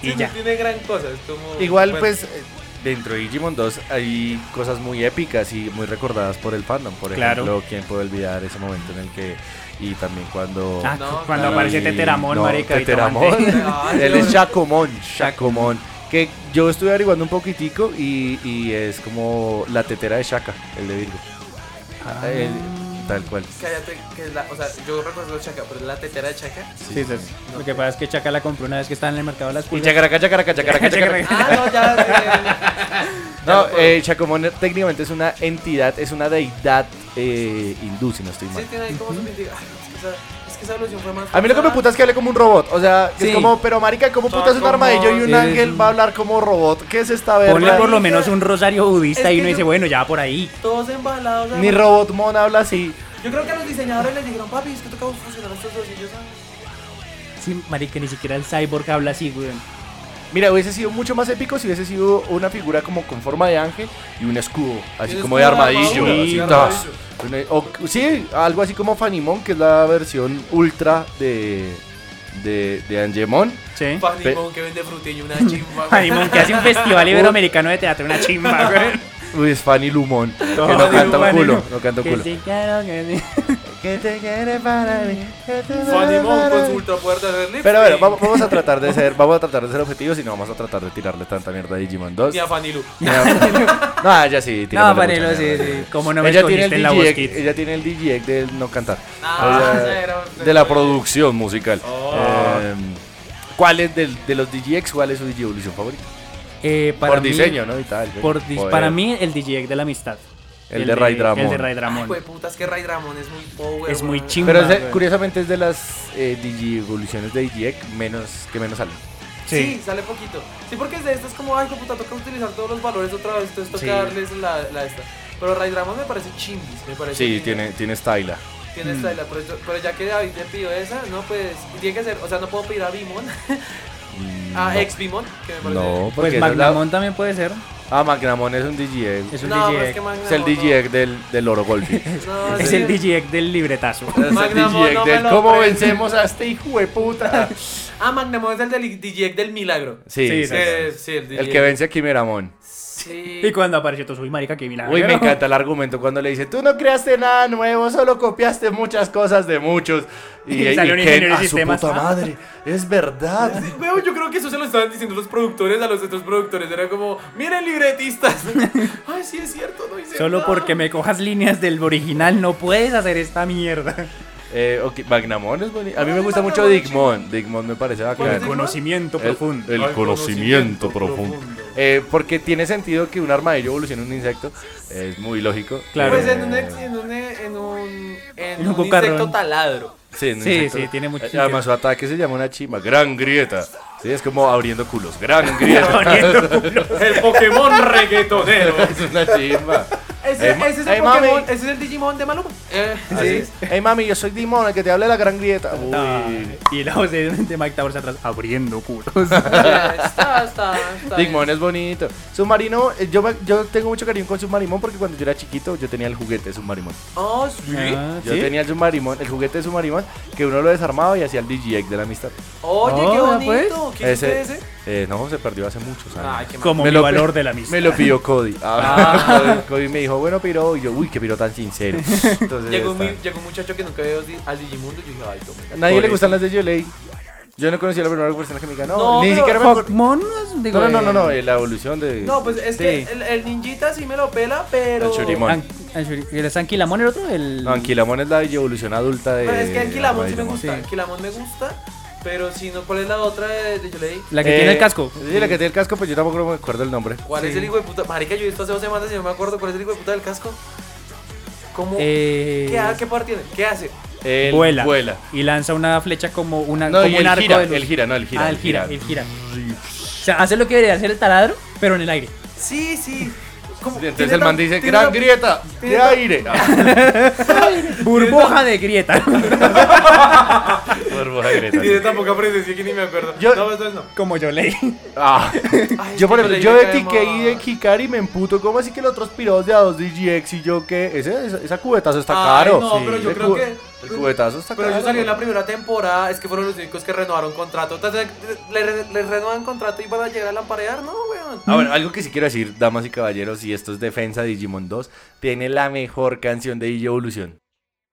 Sí,
y
no
ya.
tiene gran cosa. es como-
Igual,
bueno.
pues, eh, dentro de Digimon 2 hay cosas muy épicas y muy recordadas por el fandom. Por
Claro.
ejemplo, ¿quién puede olvidar ese momento en el que. Y también cuando.
Ah, cu- No, cuando claro. aparece Teteramón, marica, y
Teteramón.
Tomante.
Él es Chacomón. Chacomón. Que yo estuve averiguando un poquitico y, y es como la tetera de Shaka, el de Virgo.
Ah.
El- tal cual.
Cállate, que es la, o sea, yo recuerdo Chaca, pero es la tetera de Chaca.
Sí, sí, sí. Lo que pasa es que Chaca la compró una vez que estaba en el mercado de las pulgas.
chacaraca, chacaraca, chacaraca, chacaraca.
Ah, no, ya.
No, eh, Chacomón eh, técnicamente es una entidad, es una deidad eh, hindú, si no estoy mal.
Sí, tiene ahí como su mendiga. Ay, esa- Es que esa evolución fue más.
A mí lo que me puta es que hable como un robot. O sea, que
Sí.
es como, pero marica, ¿cómo putas un
Chacomón,
armadillo y un
eres
ángel va a hablar como robot? ¿Qué es esta verga?
Ponle por lo menos un rosario budista
Es
y
que
uno dice,
yo-
bueno, ya por ahí.
Todos embalados.
Ni
además.
robot mon habla así.
Yo creo que a los diseñadores les dijeron, papi, es que toca fusionar estos dos. Y ellos, ah,
Sí, marica, ni siquiera el cyborg habla así, weón.
Mira, hubiese sido mucho más épico si hubiese sido una figura como con forma de ángel y un escudo, así
Un
como de
escudo,
armadillo.
armadura,
así,
sí,
tas. O- sí, algo así como Fanimon, que es la versión ultra de, de, de Angemon.
Sí.
Pe-
Fanimón que vende frutilla y una chimba. güey.
Animón, que hace un festival iberoamericano de teatro, una chimba, weón.
Uy, es Fanny Lumon. que
No,
no canta un
Fanny
culo.
Lumon.
No canta un
Que
culo.
sí, claro que sí.
Fanimón con su ultrapuerta de lipstick.
Pero bueno, vamos, vamos a tratar de ser, vamos a tratar de ser objetivos y no vamos a tratar de tirarle tanta mierda a Digimon 2.
Ni a Fanilu.
Ni a- no, a ella sí, tirándole mucha
Fanilu, sí,
mierda.
sí. Cómo no me
ella tiene
escogiste
el
en la
DJX,
voz, Kid.
Ella tiene el DJX del no cantar.
Ah,
O sea,
esa era-
de la producción musical.
Oh.
Eh, ¿Cuál es del- de los DJX? ¿Cuál es su DJ Evolution favorito?
Eh, para
Por
mí-
diseño, ¿no? Y tal, pues, güey.
por dis-
Joder.
para mí, el DJ de la amistad.
El de Ray Dramón.
El de Ray
Ay,
Dramón.
güey, puta, es que Ray Dramón es muy power.
Es muy
güey.
chimba,
Pero es de-
güey.
curiosamente es de las eh, digievoluciones de DJX menos, que menos salen.
Sí. sale poquito. Sí, porque es de estas como, ay, hijo de puta, toca utilizar todos los valores otra vez, entonces toca
Sí.
darles la, la esta. Pero Ray Dramón me parece chimbis, me parece.
Sí,
genial.
tiene, tiene styla.
Tiene
Mm.
esta, la- pero, yo- pero ya que David te pidió esa, no, pues, tiene que ser, o sea, no puedo pedir a Bimon, a
Mm, no.
ex Bimon, que me parece.
No, porque
Pues
esa es la-
Magnamón también puede ser.
Ah, Magnamon es un DJ.
Es
Es,
un
No, pues, pero
DJ.
es que Magnamon
el
no.
DJ del, del Oro Golfi.
No,
Es
sí.
el DJ del libretazo.
Es el
Magnamon
DJ
no me
del
lo
cómo
prende.
vencemos a este hijo de puta.
Ah, Magnamón es el del DJ del milagro.
Sí,
sí,
sí,
sí, sí, el,
El que vence a Quimeramon.
Sí.
Y cuando apareció tú soy marica, que milagro.
Uy, me encanta el argumento cuando le dice, tú no creaste nada nuevo, solo copiaste muchas cosas de muchos. Y,
Y
y,
sale un
Ken,
ingeniero de
"Ah, su
sistemas".
puta madre, es verdad.
Veo, yo creo que eso se lo estaban diciendo los productores a los otros productores. Era como, miren libretistas. Ay, sí es cierto, no hice
Solo
nada.
porque me cojas líneas del original no puedes hacer esta mierda.
Eh, ok, Magnamon es bonito. A mí me gusta mucho
Magnamon es
Digmon. Digmon me parece bacán.
El conocimiento
El-
profundo.
El, conocimiento profundo. Eh, porque tiene sentido que un armadillo evolucione un insecto. Es muy lógico.
Claro.
Pues en
Eh,
un, ex- en un, en un, en
En un
un
cucarrón.
insecto taladro.
Eh, Sí, en un
Sí,
insecto.
sí, tiene mucho
Eh, Además, su ataque se llama una chima. Gran grieta. Sí, es como abriendo culos. Gran grieta.
El Pokémon reggaetonero.
es una chimba.
Ese,
Ey, ma-
ese es el
ey, mami.
Pokémon, ese es el Digimon de Maluma. Eh, así
Así
es.
es. Hey mami, yo soy Dimon, el que te habla de la gran grieta. Uy.
Ah, Y la voz de, de Mike Towers atrás, abriendo
Ah,
culos.
Ya, está, está, está
Digimon es bonito. Submarino, eh, yo, me- yo tengo mucho cariño con Submarimón porque cuando yo era chiquito yo tenía el juguete de Submarimón.
bien. Oh, sí.
Ah.
Yo tenía el Submarimón, el juguete de Submarimón que uno lo desarmaba y hacía el DGX de la amistad.
Oye, qué
Oh,
bonito. ¿Qué hiciste ese? Ah,
eh, no, se perdió hace muchos años.
Ay, qué mal.
Como el
lo
valor
pi-
de la amistad.
Me lo pidió Cody. Ah, Cody, Cody me dijo, bueno, piro. Y yo, uy, qué piro tan sincero. Entonces,
Llegó,
ya
un-
está.
llegó un muchacho que nunca veo al Digimundo y yo dije, ay, toma.
A nadie
Por
le
eso.
gustan las de Yolei. Yo no conocí a la primera persona que me diga, no,
No,
ni
pero-
siquiera me acuerdo.
Pokémon, digo,
No, no, no, no, no,
eh,
eh, la evolución de.
No, pues es
Sí.
que el, el ninjita sí me lo pela, pero.
El Shurimon.
An- Anshuri- ¿El es Anquilamón el otro? El...
No, Anquilamón es la evolución adulta de.
Pero es que Anquilamón sí me
Raidemon.
gusta. Anquilamón me gusta, pero si no, ¿cuál es la otra de, de Yolei?
La que
Eh,
tiene el casco.
Sí, la que tiene el casco, pues yo tampoco me acuerdo el nombre.
¿Cuál es el hijo de puta? Marica, yo he visto hace dos semanas y no me acuerdo cuál es el hijo de puta del casco. ¿Cómo?
Eh,
¿Qué, ha- ¿Qué poder tiene? ¿Qué hace?
El
vuela,
vuela.
Y lanza una flecha como, una,
No,
como
y
un
el
arco
gira,
de luz.
el gira, no, el gira,
Ah,
el
el gira,
gira.
el gira. O sea, hace lo que debería hacer el taladro, pero en el aire.
Sí, sí. ¿Cómo?
Entonces
Tiene
el man
tam-
dice,
tiene
gran
tam-
grieta de
tiene
aire. Ah,
Burbuja de grieta.
burbuja Greta.
Tiene tan poca presencia que ni me acuerdo.
Yo-
no, entonces no.
Como yo leí.
Ah. yo, por ejemplo,
Yo
yo
le
de
cae
TK y de Hikari me emputo. ¿Cómo así que los otros pirados de A2 DGX y yo qué? Ese, esa, esa cubetazo está
Ay,
caro.
No, pero
Sí,
yo
el
creo
cu-
que.
El cubetazo está
Pero
caro.
ellos salieron en la primera temporada, es que fueron los únicos que renovaron contrato. Entonces, le, le- le renovan contrato y van a llegar a lamparear, ¿no, weón?
Ah, bueno, algo que sí quiero decir, damas y caballeros, y esto es defensa de Digimon 2, tiene la mejor canción de Digievolución.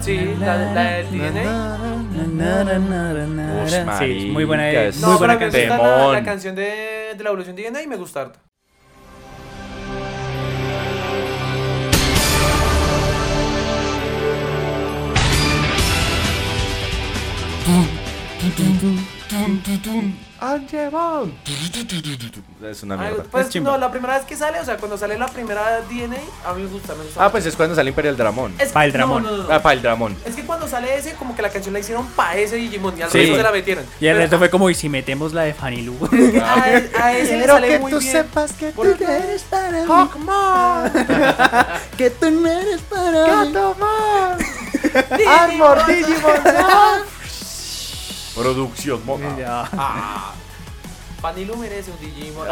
Sí, la, la del DNA.
Ush,
Sí, muy buena,
maricas.
muy buena
pero me
canción.
gusta La, la
Temón.
canción de, de la evolución de DNA y me gusta harto.
Es una
Ay,
mierda.
pues no, la primera vez que sale, o sea, cuando sale la primera DNA, a mí me gusta, me gusta.
Ah, pues es cuando sale Imperial Dramón.
Es- Pa' el no, Dramón. no, no, no.
Ah, para el Dramón.
Es que cuando sale ese, como que la canción la hicieron para ese Digimon y al
Sí.
resto se la metieron.
Y el
Pero
resto fue como, ¿y si metemos la de Fanny Lu?
a, a ese le
Quiero
sale
que
muy
tú
bien.
sepas que tú no eres para
mí.
que tú no eres para mí.
Armor
Digimon
Producción. mo-
Ah. Panilu merece un Digimon.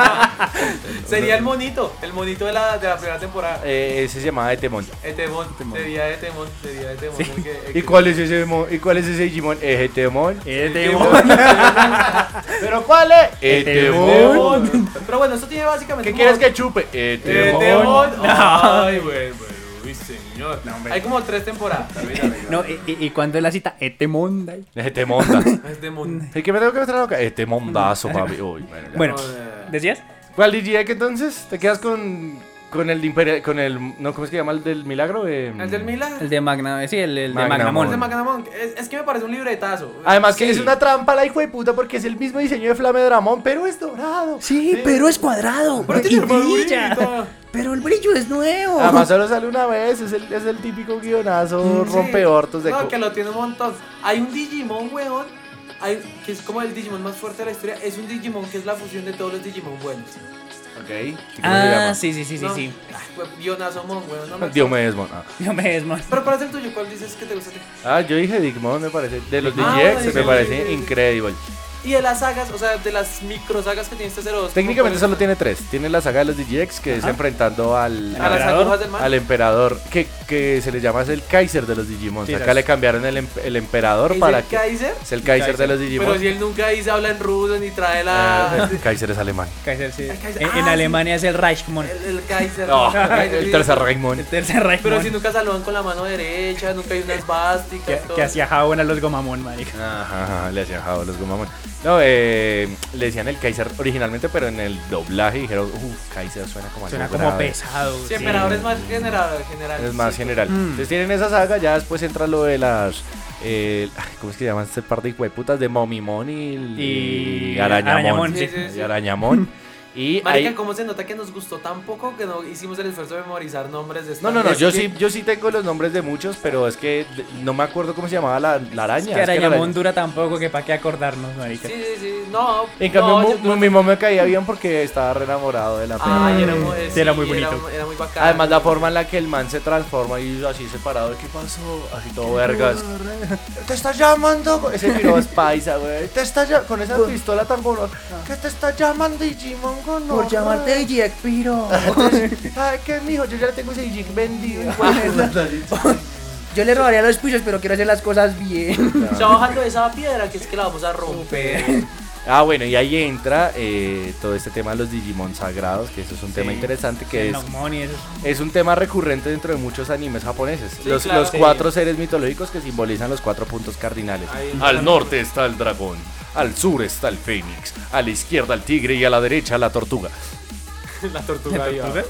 Sería el monito, el monito de la, de la primera temporada.
Eh, ese se llamaba Etemon.
Etemon, sería Etemon, sería Etemon. el que- el
¿Y
que-
cuál es ese Demon? ¿Y cuál es ese Digimon? ¿Es Etemon?
"Eh,
Etemon.
¿Pero cuál es? Etemon.
Pero bueno, esto tiene básicamente.
¿Qué
como-
quieres que chupe? Etemon.
Etemon. Ay,
No.
güey, güey. Uy, señor. Hay como tres temporadas.
No, y, y- y cuando es la cita, "Eh, Etemonda.
Etemonda.
Etemon.
¿Y qué me tengo que meter acá? Etemondazo, papi. Uy, bueno, ya.
Bueno,
eh.
¿decías?
¿Cuál DJX entonces? ¿Te quedas con, con el de Imperia- con el, no, ¿cómo es que se llama? ¿El del milagro? Eh,
El del Milagro.
El de Magna, eh, sí, el, el de
Magnamon.
Magnamon.
Es de Magnamon. Es, es que me parece un libretazo.
Además que
Sí.
es una trampa la hijo de puta porque es el mismo diseño de Flame Dramón, pero es dorado.
Sí, pero es cuadrado.
Pero
y
tiene
brilla.
armadurita.
Pero el brillo es nuevo.
Ah,
Además solo sale una vez, es el, es el típico guionazo
Sí.
rompeortos de...
No,
co-
que lo tiene un montón. Hay un Digimon, weón. hay- que es como el Digimon más fuerte de la historia. Es un Digimon que es la fusión de todos los Digimon buenos.
Ok.
Ah, sí, sí, sí, sí,
No,
sí.
ay, weón, Dionazomon, weón. No me
Dios me desmon. Ah.
Yo me desmo.
Pero ¿cuál es el tuyo? ¿Cuál dices que te gusta? a ti?
Ah, yo dije Digimon, me parece. De los
Ah,
DJX me
Digimon,
parece
sí, sí, sí.
increíble.
Y de las sagas, o sea, de las micro sagas que tiene este 02.
Técnicamente
como
solo tiene tres. Tiene la saga de los DJX que es
Ajá.
enfrentando al,
¿A las
al-
agujas del mal?
al emperador que, que se le llama es el Kaiser de los Digimon.
Sí,
Acá
las-
le cambiaron el, em- el emperador
¿Es
para
el
que-
Kaiser?
Es el Kaiser, de los Digimon.
Pero si él nunca dice, habla en rudo ni trae la.
Eh, Kaiser es alemán.
Kaiser, sí.
Kaiser.
En, en
Ah,
Alemania es el Reichmon.
El Kaiser.
Eh, No,
el Kaiser,
el
sí.
tercer Raymond. El
tercer Reichmon.
Pero si nunca saludan con la mano derecha, nunca hay
Eh,
unas
Que,
básicas.
que hacía jabón a los gomamón, marica.
Ajá, ajá, le hacían jabón los gomamón. No, eh, le decían el Kaiser originalmente, pero en el doblaje dijeron, uh, Kaiser suena como
Suena
algo
como
grave".
pesado.
Sí,
Sí.
emperador es más general. general
Es más
sí.
general.
Mm.
Entonces tienen esa saga, ya después entra lo de las. eh, ay, ¿Cómo es que se llaman este par de hueputas? De Momimon y, el-
Y
y Arañamón.
Arañamón, sí. Sí, sí,
Y
sí.
Arañamón. y
Marica,
ahí-
¿cómo se nota que nos gustó tan poco que no hicimos el esfuerzo de memorizar nombres de esta
No, no, no,
Es
yo
que-
sí, yo sí tengo los nombres de muchos, pero es que de- no me acuerdo cómo se llamaba la, la araña.
Es que
es que la
Arañamón
araña-
dura tampoco que para qué acordarnos, marica.
Sí, sí, sí. No.
En cambio,
no,
Mu-
yo creo-
mi mamá me caía bien porque estaba re enamorado de la perra.
Ay, era mu- eh,
sí, era muy
Era,
bonito.
era muy bacán.
Además, la forma en la que el man se transforma y así separado, ¿qué pasó? Así todo vergas. Te está llamando. Ese piro es paisa, güey. Te está ya- con esa pistola tan bonita. ¿Qué te está llamando, Digimon,
con
Por
otro.
llamarte DJ Piro.
Ay, qué mijo, yo ya le tengo ese DJ vendido.
Yo le robaría los puyos, pero quiero hacer las cosas bien.
Se va bajando esa piedra que es que la vamos a romper.
Ah, bueno, y ahí entra eh, todo este tema de los Digimon sagrados, que eso es un tema interesante, que es,
Xenomon y esos-
es un tema recurrente dentro de muchos animes japoneses.
Sí,
los,
claro.
los
Sí.
cuatro seres mitológicos que simbolizan los cuatro puntos cardinales.
Ahí
Al norte está el dragón, al sur está el fénix, a la izquierda el tigre y a la derecha la tortuga.
la tortuga. ahí va.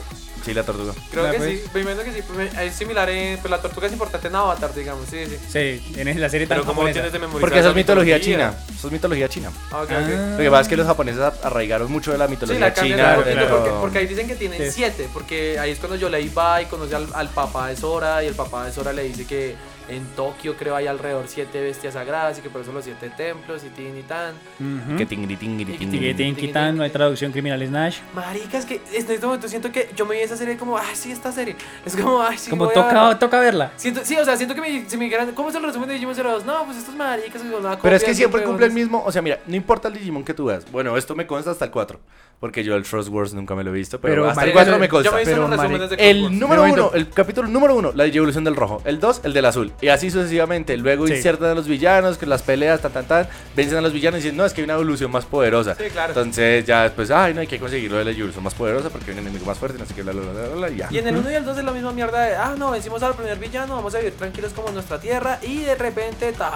Sí, la tortuga.
Creo que sí, me imagino que sí. pues, Es similar en. Pues la tortuga es importante en Avatar, digamos. Sí, sí.
Sí, en la serie
Pero
tan
¿cómo
japonesa.
tienes de memorizar
Porque esa es
esa
mitología
mitología?
china. Eso es mitología china.
Ah, ok, ok.
Lo que pasa es que los japoneses a- arraigaron mucho de la
Sí,
mitología
la cambian
china.
un poquito,
dentro-
porque, porque ahí dicen que tienen siete, porque ahí es cuando Yolei va y conoce al, al papá de Sora y el papá de Sora le dice que en Tokio creo hay alrededor siete bestias sagradas y que por eso los siete templos y tin y tan.
Ujú.
Que tingri, tingri, tingri.
Tiquitín, quitán, no hay traducción criminales Nash.
Marica, es que en este momento siento que yo me vi esa serie como, ah, sí, esta serie. Es como, ah, sí,
Como
voy a-
toca, toca verla.
Siento- sí, o sea, siento que me- si me dijeran, ¿cómo se lo resumen de Digimon 02? No, pues estos maricas son una
Pero es
copia,
que siempre
son
cumple el
peones.
mismo. O sea, mira, no importa el Digimon que tú veas. Bueno, esto me consta hasta el 4. Porque yo el Trust Wars nunca me lo he visto. Pero,
Pero,
hasta el
marica,
4
yo-
me consta.
yo me hice Pero, los resúmenes marica, de Crosswords.
el número
Me voy
1, el capítulo número 1, la evolución del rojo. El 2, el del azul. Y así sucesivamente. Luego
Sí.
insertan a los villanos, que las peleas, tan, tan, tan. Vencen a los villanos y dicen, no, es que hay una evolución más poderosa.
Sí, claro.
Entonces ya después, ay, no, hay que conseguirlo de la evolución más poderosa porque hay un enemigo más fuerte, no sé qué, bla, bla, bla, bla, bla, y ya.
Y en el 1 y el 2 es la misma mierda de, ah, no, vencimos al primer villano, vamos a vivir tranquilos como en nuestra tierra. Y de repente, ta,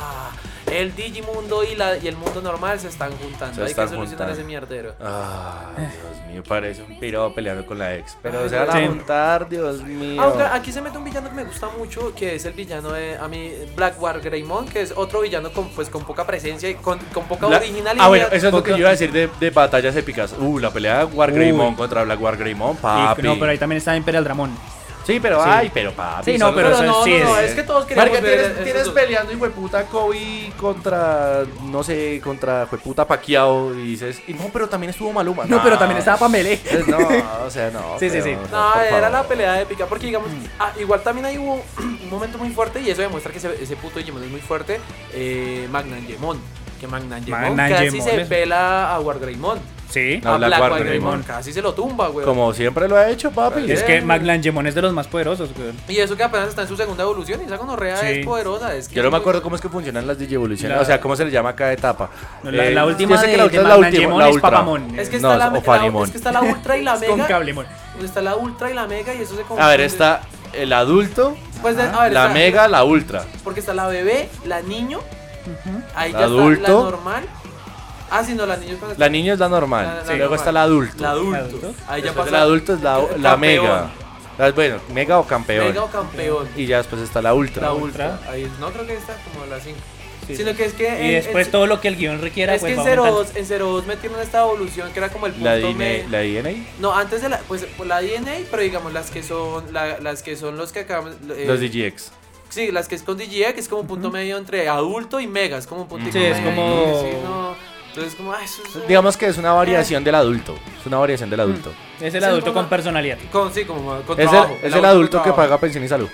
el Digimundo y, la, y el mundo normal se están juntando.
Se
Hay
están
que solucionar
juntando.
ese mierdero.
Ah, Dios mío, parece un piro peleando con la ex. Pero
Ay,
se van a
sí.
juntar, Dios mío.
Aunque aquí se mete un villano que me gusta mucho, que es el villano de, a mí, Blackguard Greymon, que es otro villano con, pues, con poca presencia y con, con poca
La-
originalidad.
ah, bueno, eso es lo que
Poca-
yo iba a decir de, de batallas épicas. Uh, la pelea de War
Uy.
Greymon contra Black War Greymon, papi.
Y- no, pero ahí también está Imperial Dramón.
Sí, pero ay, pero papi.
Sí, no,
solo-
pero, eso sí
Marica, tienes, tienes pelea
peleando, hijo de puta, Kobe
contra, no sé, contra jueputa Paquiao y dices, y no, pero también estuvo Maluma. Eh,
No, pero también estaba Pamele.
No, o sea, no.
Sí, sí,
pero,
sí.
o sea,
No,
por
era
favor.
la pelea épica, porque digamos, ah, igual también hay un, un momento muy fuerte y eso demuestra que ese, ese puto Digimon es muy fuerte, eh, Magnangemon, que Magnangemon casi
Magnangemon,
se
eso.
pela a Wargreymon.
Sí.
No,
a
Black
Black
War
Wargreymon,
Greymon.
casi se lo tumba, güey.
Como siempre lo ha hecho, papi.
Es que Maglangemon es de los más poderosos, güey.
Y eso que apenas está en su segunda evolución y esa gonorrea
Sí.
es poderosa, es que
Yo no me acuerdo cómo es que funcionan las digievoluciones,
La-
o sea, cómo se le llama a cada etapa.
No, la-
Eh,
la
yo
última
sé que
de-
la ultra
de
es la
Magnangemon
última, la
es
última.
Papamon.
Es que
No,
está, la,
o
la-
Fanimon.
es que está la ultra y la
Es
mega.
con Cablemon.
Está la ultra y la mega y eso se confunde.
A ver, está el adulto,
Pues de- a ver,
la
está-
mega, la ultra.
Porque está la bebé, la niño, ahí
La
ya está
adulto.
la normal. Ah, sí, no, la niño es cuando
La niña es la normal,
La- la
y luego
normal.
está la adulto.
La adulto. Ahí ya
Después
pasa
del adulto es la, la
campeón.
mega. La- Bueno, mega o campeón.
Mega o campeón.
Y ya después está la ultra.
La ultra. Ahí, es- no creo que está como la 5. Sino que es que.
Y después todo lo que el guión requiera,
Eh, Es que
güey.
en
va aumentando.
02, en 02 metieron esta evolución que era como el punto
pues, La,
me-
DNA, la DNA.
No, antes de la. Pues pues, la DNA, pero digamos las que son. la- las que son los que acabamos. eh,
Los DGX.
Sí, las que es con DJI, que es como un punto medio entre adulto y mega. Es como un punto
Sí, es como-
Sí, no. Entonces, como. ah, eso es-
Digamos que es una
Eh.
variación del adulto. Es una variación
Mm.
del adulto.
Es
Sí,
el adulto
como-
con personalidad.
Con, sí, como con
Es
trabajo.
el, es el adulto que
con trabajo.
paga pensión y salud.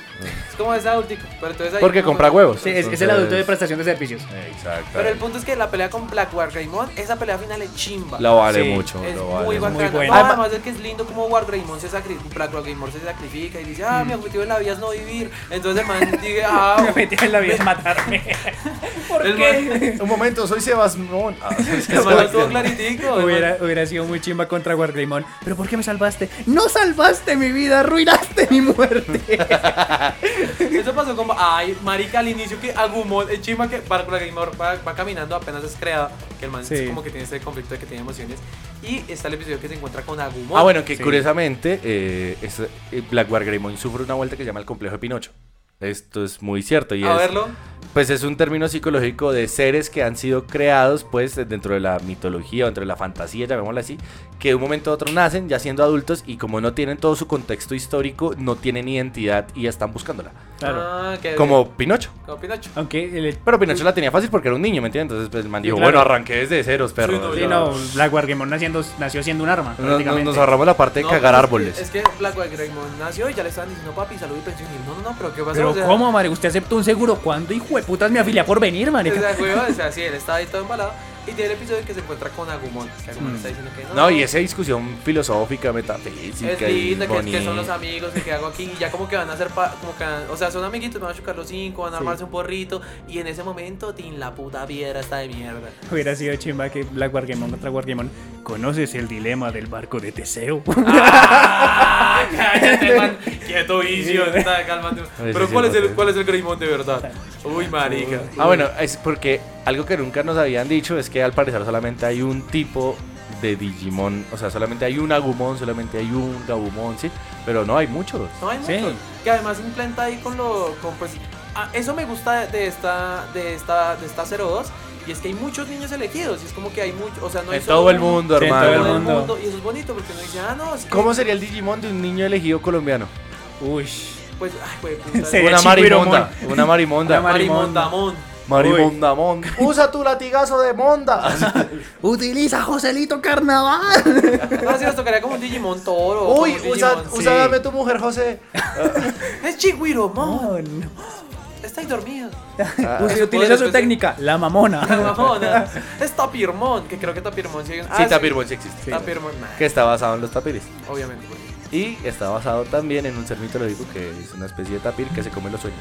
Es como ese adultico. Pero entonces ahí
Porque
no-
compra huevos.
Sí, es, es el
Entonces-
adulto de prestación de servicios.
Exacto.
Pero el punto es que la pelea con Black War Greymon, esa pelea final es chimba.
La vale mucho,
Es
la
muy
vale
bacana.
mucho. Muy
No,
buena.
además es que es lindo como War Greymon se sacrifica, Black War Greymon se sacrifica y dice, ah,
Mm.
mi objetivo en la vida es no vivir. Entonces el man dice, ah,
Me metí en la vida es matarme. ¿Por
El
qué?
Un momento, soy Sebasmón.
Ah,
el man lo tuvo claritico. el man-
Hubiera, hubiera sido muy chimba contra Wargreymon. Pero ¿por qué me salvaste?
No salvaste mi vida, arruinaste mi muerte.
Eso pasó como, ay, marica, al inicio que Agumon, el chima que para para Game Over va, va caminando, apenas es creado, que el man es
Sí.
como que tiene este conflicto de que tiene emociones. Y está el episodio que se encuentra con Agumon.
Ah, bueno, que
Sí.
curiosamente, eh, es- eh, Black War Greymon sufre una vuelta que se llama el complejo de Pinocho. Esto es muy cierto. Y
A
es-
verlo.
Pues es un término psicológico de seres que han sido creados, pues, dentro de la mitología o dentro de la fantasía, llamémosla así, que de un momento a otro nacen ya siendo adultos y como no tienen todo su contexto histórico, no tienen identidad y ya están buscándola.
Claro.
Ah, que-
Como Pinocho.
Como Pinocho.
Aunque el-
Pero Pinocho la tenía fácil porque era un niño, ¿me entiendes? Entonces, pues, el man
Sí,
dijo,
claro.
bueno, arranqué desde ceros, perro.
Sí, no,
Ya.
Black Wargreymon naciendo- nació siendo un arma.
No- no-
prácticamente.
nos ahorramos la parte de
No,
cagar
pues,
árboles.
Es que Black White Greymon nació y ya le estaban diciendo, papi, salud y pensión. Y él, no, no, no, pero ¿qué pasa?
Pero
O sea,
¿cómo, madre? ¿Usted aceptó un seguro? ¿Cuándo, hijo de putas, me afilia por venir,
O sea,
marica?
güey, o sea, sí, él estaba ahí todo embalado. Y ya el episodio que se encuentra con Agumon. Que Agumon
Mm.
está diciendo que no.
No, y esa discusión filosófica, metafísica.
Es
y
lindo, que, que son los
bonita.
amigos, que, que hago aquí. Y ya como que van a hacer. pa- como que van- o sea, son amiguitos, van a chocar los cinco, van a
Sí.
armarse un porrito. Y en ese momento, Tin, la puta piedra está de mierda.
Hubiera sido chimba que Black Wargamon contra Wargamon. ¿Conoces el dilema del barco de Teseo?
Ah,
Ah.
Cállate, man. Quieto, vicio. Está, cálmate.
Ese
Pero
sí
¿cuál
es
es, el,
botón.
¿cuál es el Greymon de verdad? Uy, marica.
Ah, bueno, es porque algo que nunca nos habían dicho es que al parecer solamente hay un tipo de Digimon. O sea, solamente hay un Agumon, solamente hay un Gabumon, sí. Pero no hay muchos.
No hay
Sí.
muchos. Que además implanta ahí con lo. Con pues, ah, eso me gusta de esta, de esta, de esta 02. Y es que hay muchos niños elegidos. Y es como que hay muchos. O sea, no hay
En
solo
todo el
uno.
mundo,
Sí, en
hermano.
todo el
mundo.
mundo. Y eso es bonito porque uno dice, ah, no. Es que,
¿Cómo sería el Digimon de un niño elegido colombiano?
Uy.
Pues, ay, güey, puta.
Sería
una
Chiquiromón.
marimonda. Una marimonda.
Una marimonda, mon.
Marimonda, mon. Usa tu latigazo de monda.
Utiliza Joselito Carnaval.
No, si nos tocaría como un Digimon toro. o
Uy,
como un
usa-
Digimon-
usa dame
tu mujer, José.
es Chigüiro, mon. Estáis dormidos.
Ah.
Usted
utiliza su
técnica. La mamona.
Mamona. Es Tapirmon, que creo que Tapirmon Ah, sí.
Sí, Tapirmon sí existe.
Tapirmon, nah,
Que está basado en los tapires.
obviamente. güey.
Y está basado también en un ser mitológico que es una especie de tapir que se come los sueños.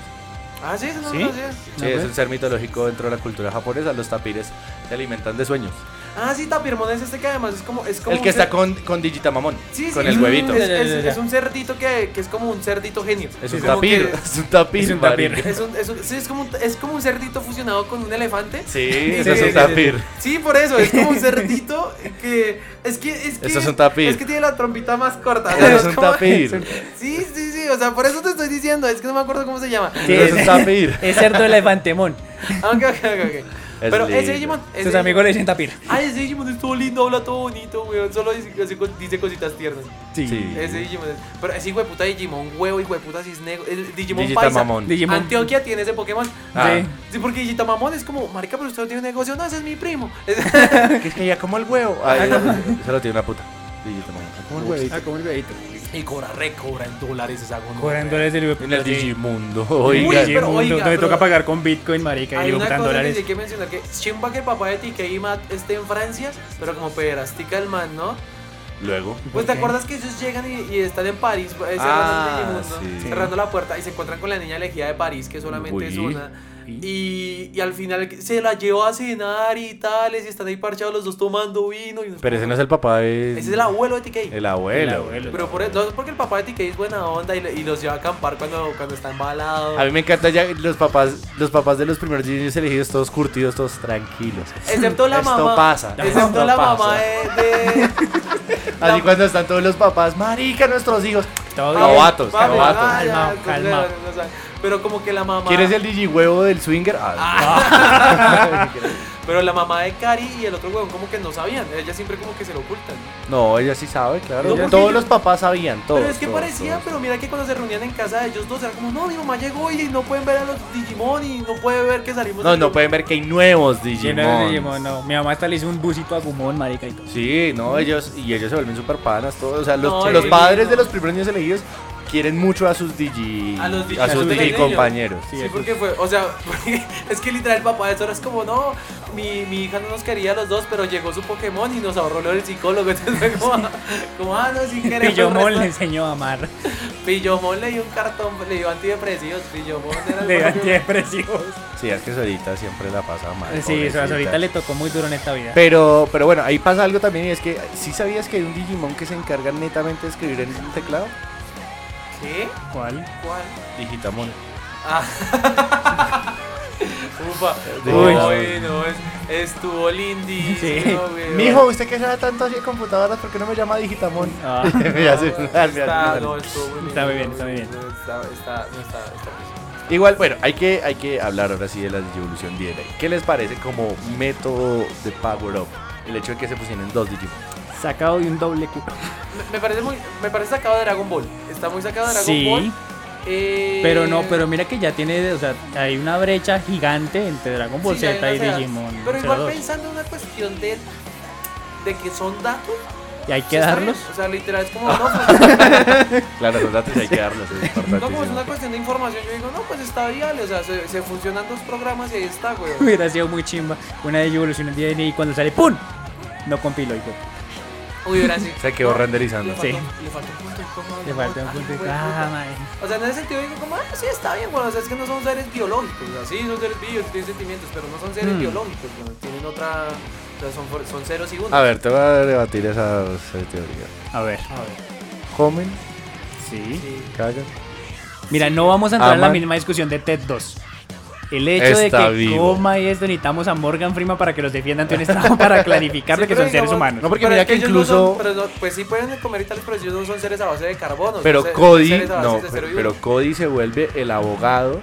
Ah, sí, eso no
¿Sí?
lo hacía.
Sí, es un ser mitológico dentro de la cultura japonesa. Los tapires se alimentan de sueños.
Ah, sí, Tapirmon es este que además es como. Es como
El
un
que está
cer-
con, con Digitamamón.
Sí, Mm, sí,
con
es
el
un-
huevito.
Es, es- es un cerdito que, que es como un cerdito genio.
Es un
Como
tapir,
que-
es un tapir,
Es un tapir.
marica.
Es un- es un- sí, es como, un- es como un cerdito fusionado con un elefante.
Sí,
Y
eso es
que-
un tapir.
Sí, por eso, es como un cerdito que. Es que. Es que
Eso es un tapir.
Es que tiene la trompita más corta.
Eso es un
como-
tapir.
Sí, sí, sí, o sea, por eso te estoy diciendo, es que no me acuerdo cómo se llama.
Sí, es un tapir.
Es cerdo elefantemón.
Ah, Ok, ok, ok. ok. Pero ese
lindo.
Digimon. ese
Sus amigos le dicen tapir.
Ay, ese Digimon es todo lindo, habla todo bonito, weón. Solo dice, dice cos- dice cositas tiernas.
Sí. Sí.
Ese Digimon es. Pero ese hijo de puta Digimon, huevo, hijo de puta cisnego. El Digimon
Digita
Paisa.
mamón.
Digimon.
Antioquia tiene ese Pokémon.
Ah. Sí.
Sí, porque Digitamamón es como, marica, pero usted no tiene un negocio. No, ese es mi primo. Es-
Que es que ya como el huevo. Ay, se Ah, lo tiene una puta. Digitamamon. Como el huevito.
Ah, como el huevito.
Y cobra, recobra en dólares esa goma.
Cobra en dólares el
En el Digimundo.
Uy,
Oiga.
Digimundo,
oiga,
donde
pero-
toca pagar con Bitcoin, marica, y
Hay una
compran
cosa que
dólares.
hay que mencionar que es chimba que el papá de TK Matt esté en Francia, pero como pederastica el man, ¿no?
Luego.
Pues te acuerdas que ellos llegan y, y están en París, eh, cerrando,
Ah,
el Digimundo,
sí.
cerrando la puerta y se encuentran con la niña elegida de París, que solamente es
Uy.
una. Y, y al final se la llevó a cenar y tales, y están ahí parchados los dos tomando vino. y-
Pero ese no es el papá de.
Ese es el abuelo de TK.
El abuelo.
Pero por, no es porque el papá de TK es buena onda y, le- y los lleva a acampar cuando, cuando está embalado.
A mí me encanta ya los papás, los papás de los primeros niños elegidos, todos curtidos, todos tranquilos.
Excepto la
Esto
mamá.
Pasa,
Excepto
esto
la
pasa.
mamá de- de,
Así cuando están todos los papás, marica, nuestros hijos.
Todos
Cabotos,
Papi,
cabotos.
ah, ya,
Calmao,
pues,
calmao.
ya, o sea, Pero como que la mamá.
¿Quieres el digihuevo del swinger? Ah,
Pero la mamá de Cari y el otro huevón como que no sabían. Ella siempre como que se lo ocultan.
No, ella sí sabe,
No,
claro.
porque
todos
yo-
los papás sabían, todos.
pero es que
todos,
parecía,
todos.
pero mira que cuando se reunían en casa de ellos dos era como, no, mi mamá llegó y no pueden ver a los Digimon y no puede ver que salimos.
No,
de-
no pueden ver que hay nuevos
Sí, no es
Digimon.
Digimon, no. Mi mamá hasta le hizo un busito a Gumón, marica, y todo.
Sí, no, ellos y ellos se vuelven super panas todos, o sea, los,
No,
los
sí,
padres
no.
de los primeros niños elegidos quieren mucho a sus digi
A los Digi-
a
a
sus
sus
digi
pequeños.
compañeros.
Sí, porque fue, o sea, porque es que literal el papá de eso era es como, no, mi, mi hija no nos quería a los dos, pero llegó su Pokémon y nos ahorró lo del psicólogo. Entonces fue como, como ah, no, sin querer.
Pillomón le enseñó a amar.
Pillomón le dio un cartón, le dio antidepresivos. Pillomón era el
Le dio
propio-
antidepresivos.
Sí, es que Sorita siempre la pasa mal.
Sí,
pobrecita.
ahorita le tocó muy duro en esta vida.
Pero, pero bueno, ahí pasa algo también y es que sí sabías que hay un Digimon que se encarga netamente de escribir en un teclado.
¿Qué?
¿Cuál?
¿Cuál?
Digitamon.
Ah. Ufa.
Uy.
Bueno, es, estuvo lindísimo, güey.
Mijo, usted que sabe tanto así de computadoras, ¿por qué no me llama Digitamon?
Ah.
Me hace
Está-
mal, me hace mal.
no, estuvo muy
Está muy bien,
estuvo
está muy
Está, está, no está, está bien.
Igual, bueno, hay que, hay que hablar ahora sí de la Digivolución DNA. ¿Qué les parece como método de Power Up? El hecho de que se pusieron dos Digimon.
Sacado de un doble Q.
Me- Me parece muy, me parece sacado de Dragon Ball. Está muy sacado de Dragon
Sí.
Ball. Eh,
Pero no, pero mira que ya tiene, o sea, hay una brecha gigante entre Dragon Ball
sí, ya
Z
hay
y
una-
Digimon.
Pero igual
02.
pensando en una cuestión de, de que son datos,
Y hay
Sí,
que
está
darlos.
bien, O sea, literal, es como, no, pues-
Claro, los datos hay que darlos, es
No,
importantísimo.
como es una cuestión de información, yo digo, no, pues está viable, o sea, se, se funcionan dos programas y ahí está, güey.
Hubiera sido muy chimba. Una de evolución el DNI y cuando sale ¡pum! No compilo, hijo.
Uy, hubiera sido-
Se quedó
no,
renderizando.
Le faltó,
Sí.
le faltó un punto y coma.
Le faltó un punto y
güey,
coma,
puta.
madre.
O sea, en ese sentido digo, como, ah, sí, está bien, bueno, o sea, es que no son seres biológicos, o sea, sí, son seres vivos, tienen sentimientos, pero no son seres
Mm.
biológicos, güey, tienen otra, o sea, son, for- son ceros y unos.
A ver, te voy a debatir esa, esa teoría.
A ver.
¿Comen?
Sí.
¿Cagan?
Mira, no vamos a entrar en la
Aman.
misma discusión de TED 2. El hecho
Está
de que
vivo.
coma y esto necesitamos a Morgan Freeman para que los defiendan ante un estado para clarificar
Sí,
que
pero
son seres
digamos-
humanos.
No, porque
pero
mira
es
que
ellos no son-
incluso-
pero no- pues sí pueden comer y tal, pero ellos no son seres a base de carbono.
Pero
son se-
Cody,
seres a base
no,
de cero
pero,
y
pero
uno.
Cody se vuelve el abogado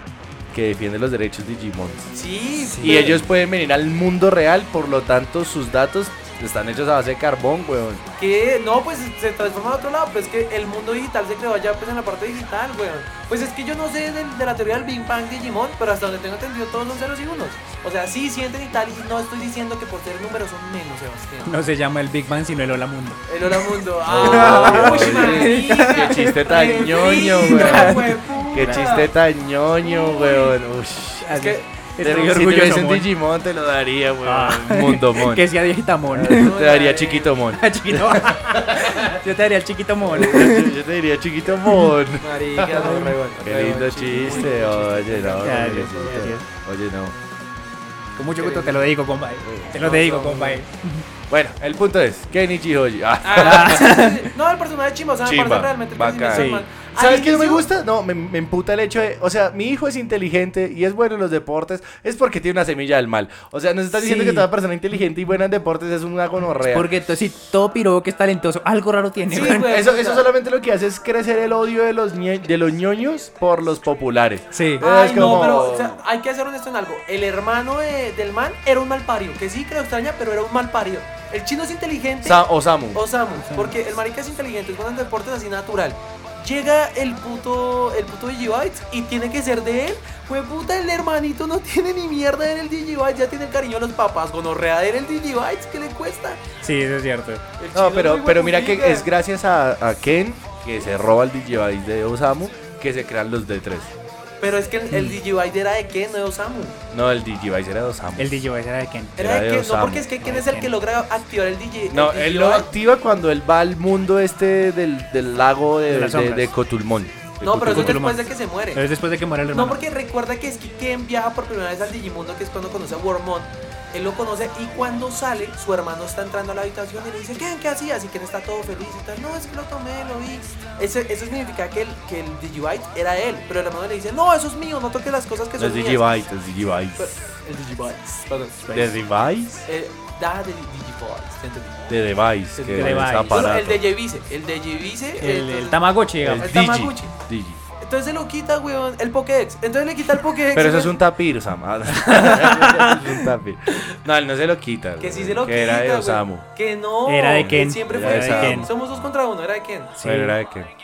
que defiende los derechos de Digimon.
Sí, sí.
Y ellos pueden venir al mundo real, por lo tanto sus datos están hechos a base de carbón, weón.
Que no, pues se transforma a otro lado, pero es que el mundo digital se creó allá pues en la parte digital, weón. Pues es que yo no sé del- de, la teoría del Big Bang de Digimon, pero hasta donde tengo entendido todos son ceros y unos. O sea, sí sienten y tal, y no estoy diciendo que por ser números son menos, Sebastián.
No se llama el Big Bang, sino el Hola Mundo.
El hola mundo. Ah,
Oye,
uy, marica.
Oh, qué chiste tan ñoño,
Refrita,
weón.
hueputa.
Qué chiste tan ñoño, weón. Ush.
Es que
Te-
estoy
si
orgulloso,
tuviese un
mon.
Digimon te lo daría, weón.
Ah.
Mundo Mon.
que sea Digitamon.
Te daría Chiquito Mon.
Ah, chiquito. Yo te daría el chiquito mon.
Yo te diría Chiquito Mon.
Marica, no, re bueno,
Qué
re
lindo
bueno,
chiste, oye, no.
Gracias,
pobrecito.
gracias.
Oye, no.
Con mucho gusto te lo digo, compadre. Te lo digo, compadre.
Bueno, el punto es, Kenichi Hoji. Ah.
No, el personaje chimba, o sea, me
Chimba,
parece realmente el
bacán.
personaje
Sí.
chimba.
¿Sabes qué no me gusta? No, me, me emputa el hecho de. O sea, mi hijo es inteligente y es bueno en los deportes. Es porque tiene una semilla del mal. O sea, nos estás diciendo
Sí.
que toda persona inteligente y buena en deportes es una gonorrea.
Porque entonces, si todo pirobo que es talentoso, algo raro tiene.
Sí,
weón.
güey, eso, eso solamente lo que hace es crecer el odio de los, ñe- de los ñoños por los populares.
Sí.
Ay, no, pero o sea, hay que ser honesto en algo. El hermano de- del man era un mal parido. Que sí, creo extraña, pero era un mal parido. El chino es inteligente.
Sa- Osamu.
Osamu. Porque el marica es inteligente, es bueno en deportes así natural. Llega el puto, el puto Digibytes y tiene que ser de él. Fue puta, el hermanito no tiene ni mierda en el Digibytes. Ya tiene el cariño de los papás. Gonorrea en el Digibytes, ¿qué le cuesta?
Sí, eso es cierto.
No,
chino es
pero,
muy
pero mira que
hueputica.
es gracias a, a Ken que se roba el Digivice de Osamu que se crean los D3.
Pero es que el, el Digibyte era de qué, no de Osamu.
No, el Digivice era de Osamu.
El Digivice era de Ken.
Era de qué, no,
Osamu.
porque es que quién es el que logra activar el DJ.
No,
el
él
Digibyte?
lo activa cuando él va al mundo este del, del lago de,
De las
de-
sombras.
de Cotulmón. De
No, pero eso es después
Cotulmón.
de que se muere.
Es después de que muere el hermano.
No, porque recuerda que es que Ken viaja por primera vez al Digimundo, que es cuando conoce a Wormon. Él lo conoce y cuando sale, su hermano está entrando a la habitación y le dice, Ken, ¿qué hacías? Y Ken está todo feliz y tal. No, es que lo tomé, lo vi. Ese- eso significa que el, que el Digibyte era él. Pero el hermano le dice, no, eso es mío, no toques las cosas que
Los
son mías.
Digivice, los Digivice.
Pero- El Digibyte. Perdón.
¿De Device?
Eh, da de Digibyte.
De Device,
El
que
Device.
es
Bueno,
aparato.
el de Yevice, el de Yevice,
El- el Tamagotchi,
El
digamos.
El
Digi.
Tamagotchi.
Digi.
Entonces se lo quita, weón, el Pokédex. Entonces le quita el Pokédex.
Pero eso es
weón.
un tapir, Sam. Eso es un tapir. No, él no se lo quita.
Que sí
güey,
se lo
que
quita.
era de
weón.
Osamu.
Que no.
Era de
que
Ken.
Siempre
Era
fue
de
de Ken.
Osamu.
Somos dos contra uno, era de Ken.
Pero era de qué?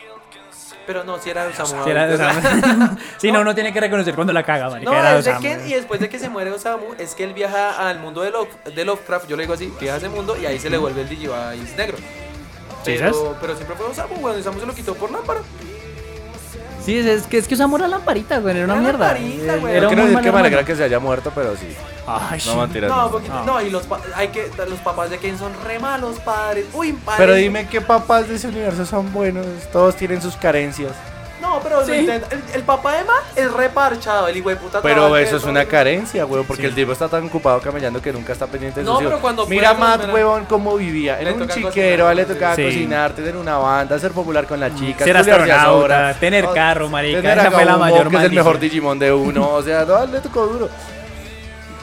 Pero no, si era de Osamu.
Sí, era de Osamu. sí, no, uno tiene que reconocer cuando la caga, marica.
No,
era de
es de
Osamu.
Ken y después de que se muere Osamu es que él viaja al mundo de, Love- de Lovecraft, yo le digo así, viaja a ese mundo y ahí se le vuelve el Digivice negro. Pero,
¿Chisas?
pero siempre fue Osamu, weón, y Osamu se lo quitó por lámpara.
Sí, es, es que es que Osamu era lamparita, güey. Era una
Era
mierda.
lamparita,
Él-
güey.
era
No
un muy
quiero decir
mal
que me alegra
hermano.
que se haya muerto, pero sí.
Ay.
no mentiras.
No,
no.
poquito-
Ah.
no, y los, pa- hay que, los papás de Ken son re malos padres. Uy, padres.
Pero dime qué papás de ese universo son buenos. Todos tienen sus carencias.
No, pero lo
Sí.
intenta- el, el papá de Matt es reparchado, el hijo de puta.
Pero
trabaja
eso es
todo
una
el-
carencia, weón, porque el tipo está tan ocupado camellando que nunca está pendiente de
No,
sus hijos.
pero cuando
Mira a
puede,
Matt,
mira.
weón, cómo vivía.
Le
Era un
toca
chiquero, a él le
cocinar,
tocaba
sí. Mm.
cocinar, tener una banda, ser popular con las chicas,
Ser
culiarse a
astronauta,
Sora,
tener
o-
carro, marica.
tener
Esa
a
fue la
Gaumo,
mayor
que es el
maldición.
mejor Digimon de uno, o sea, no, le tocó duro.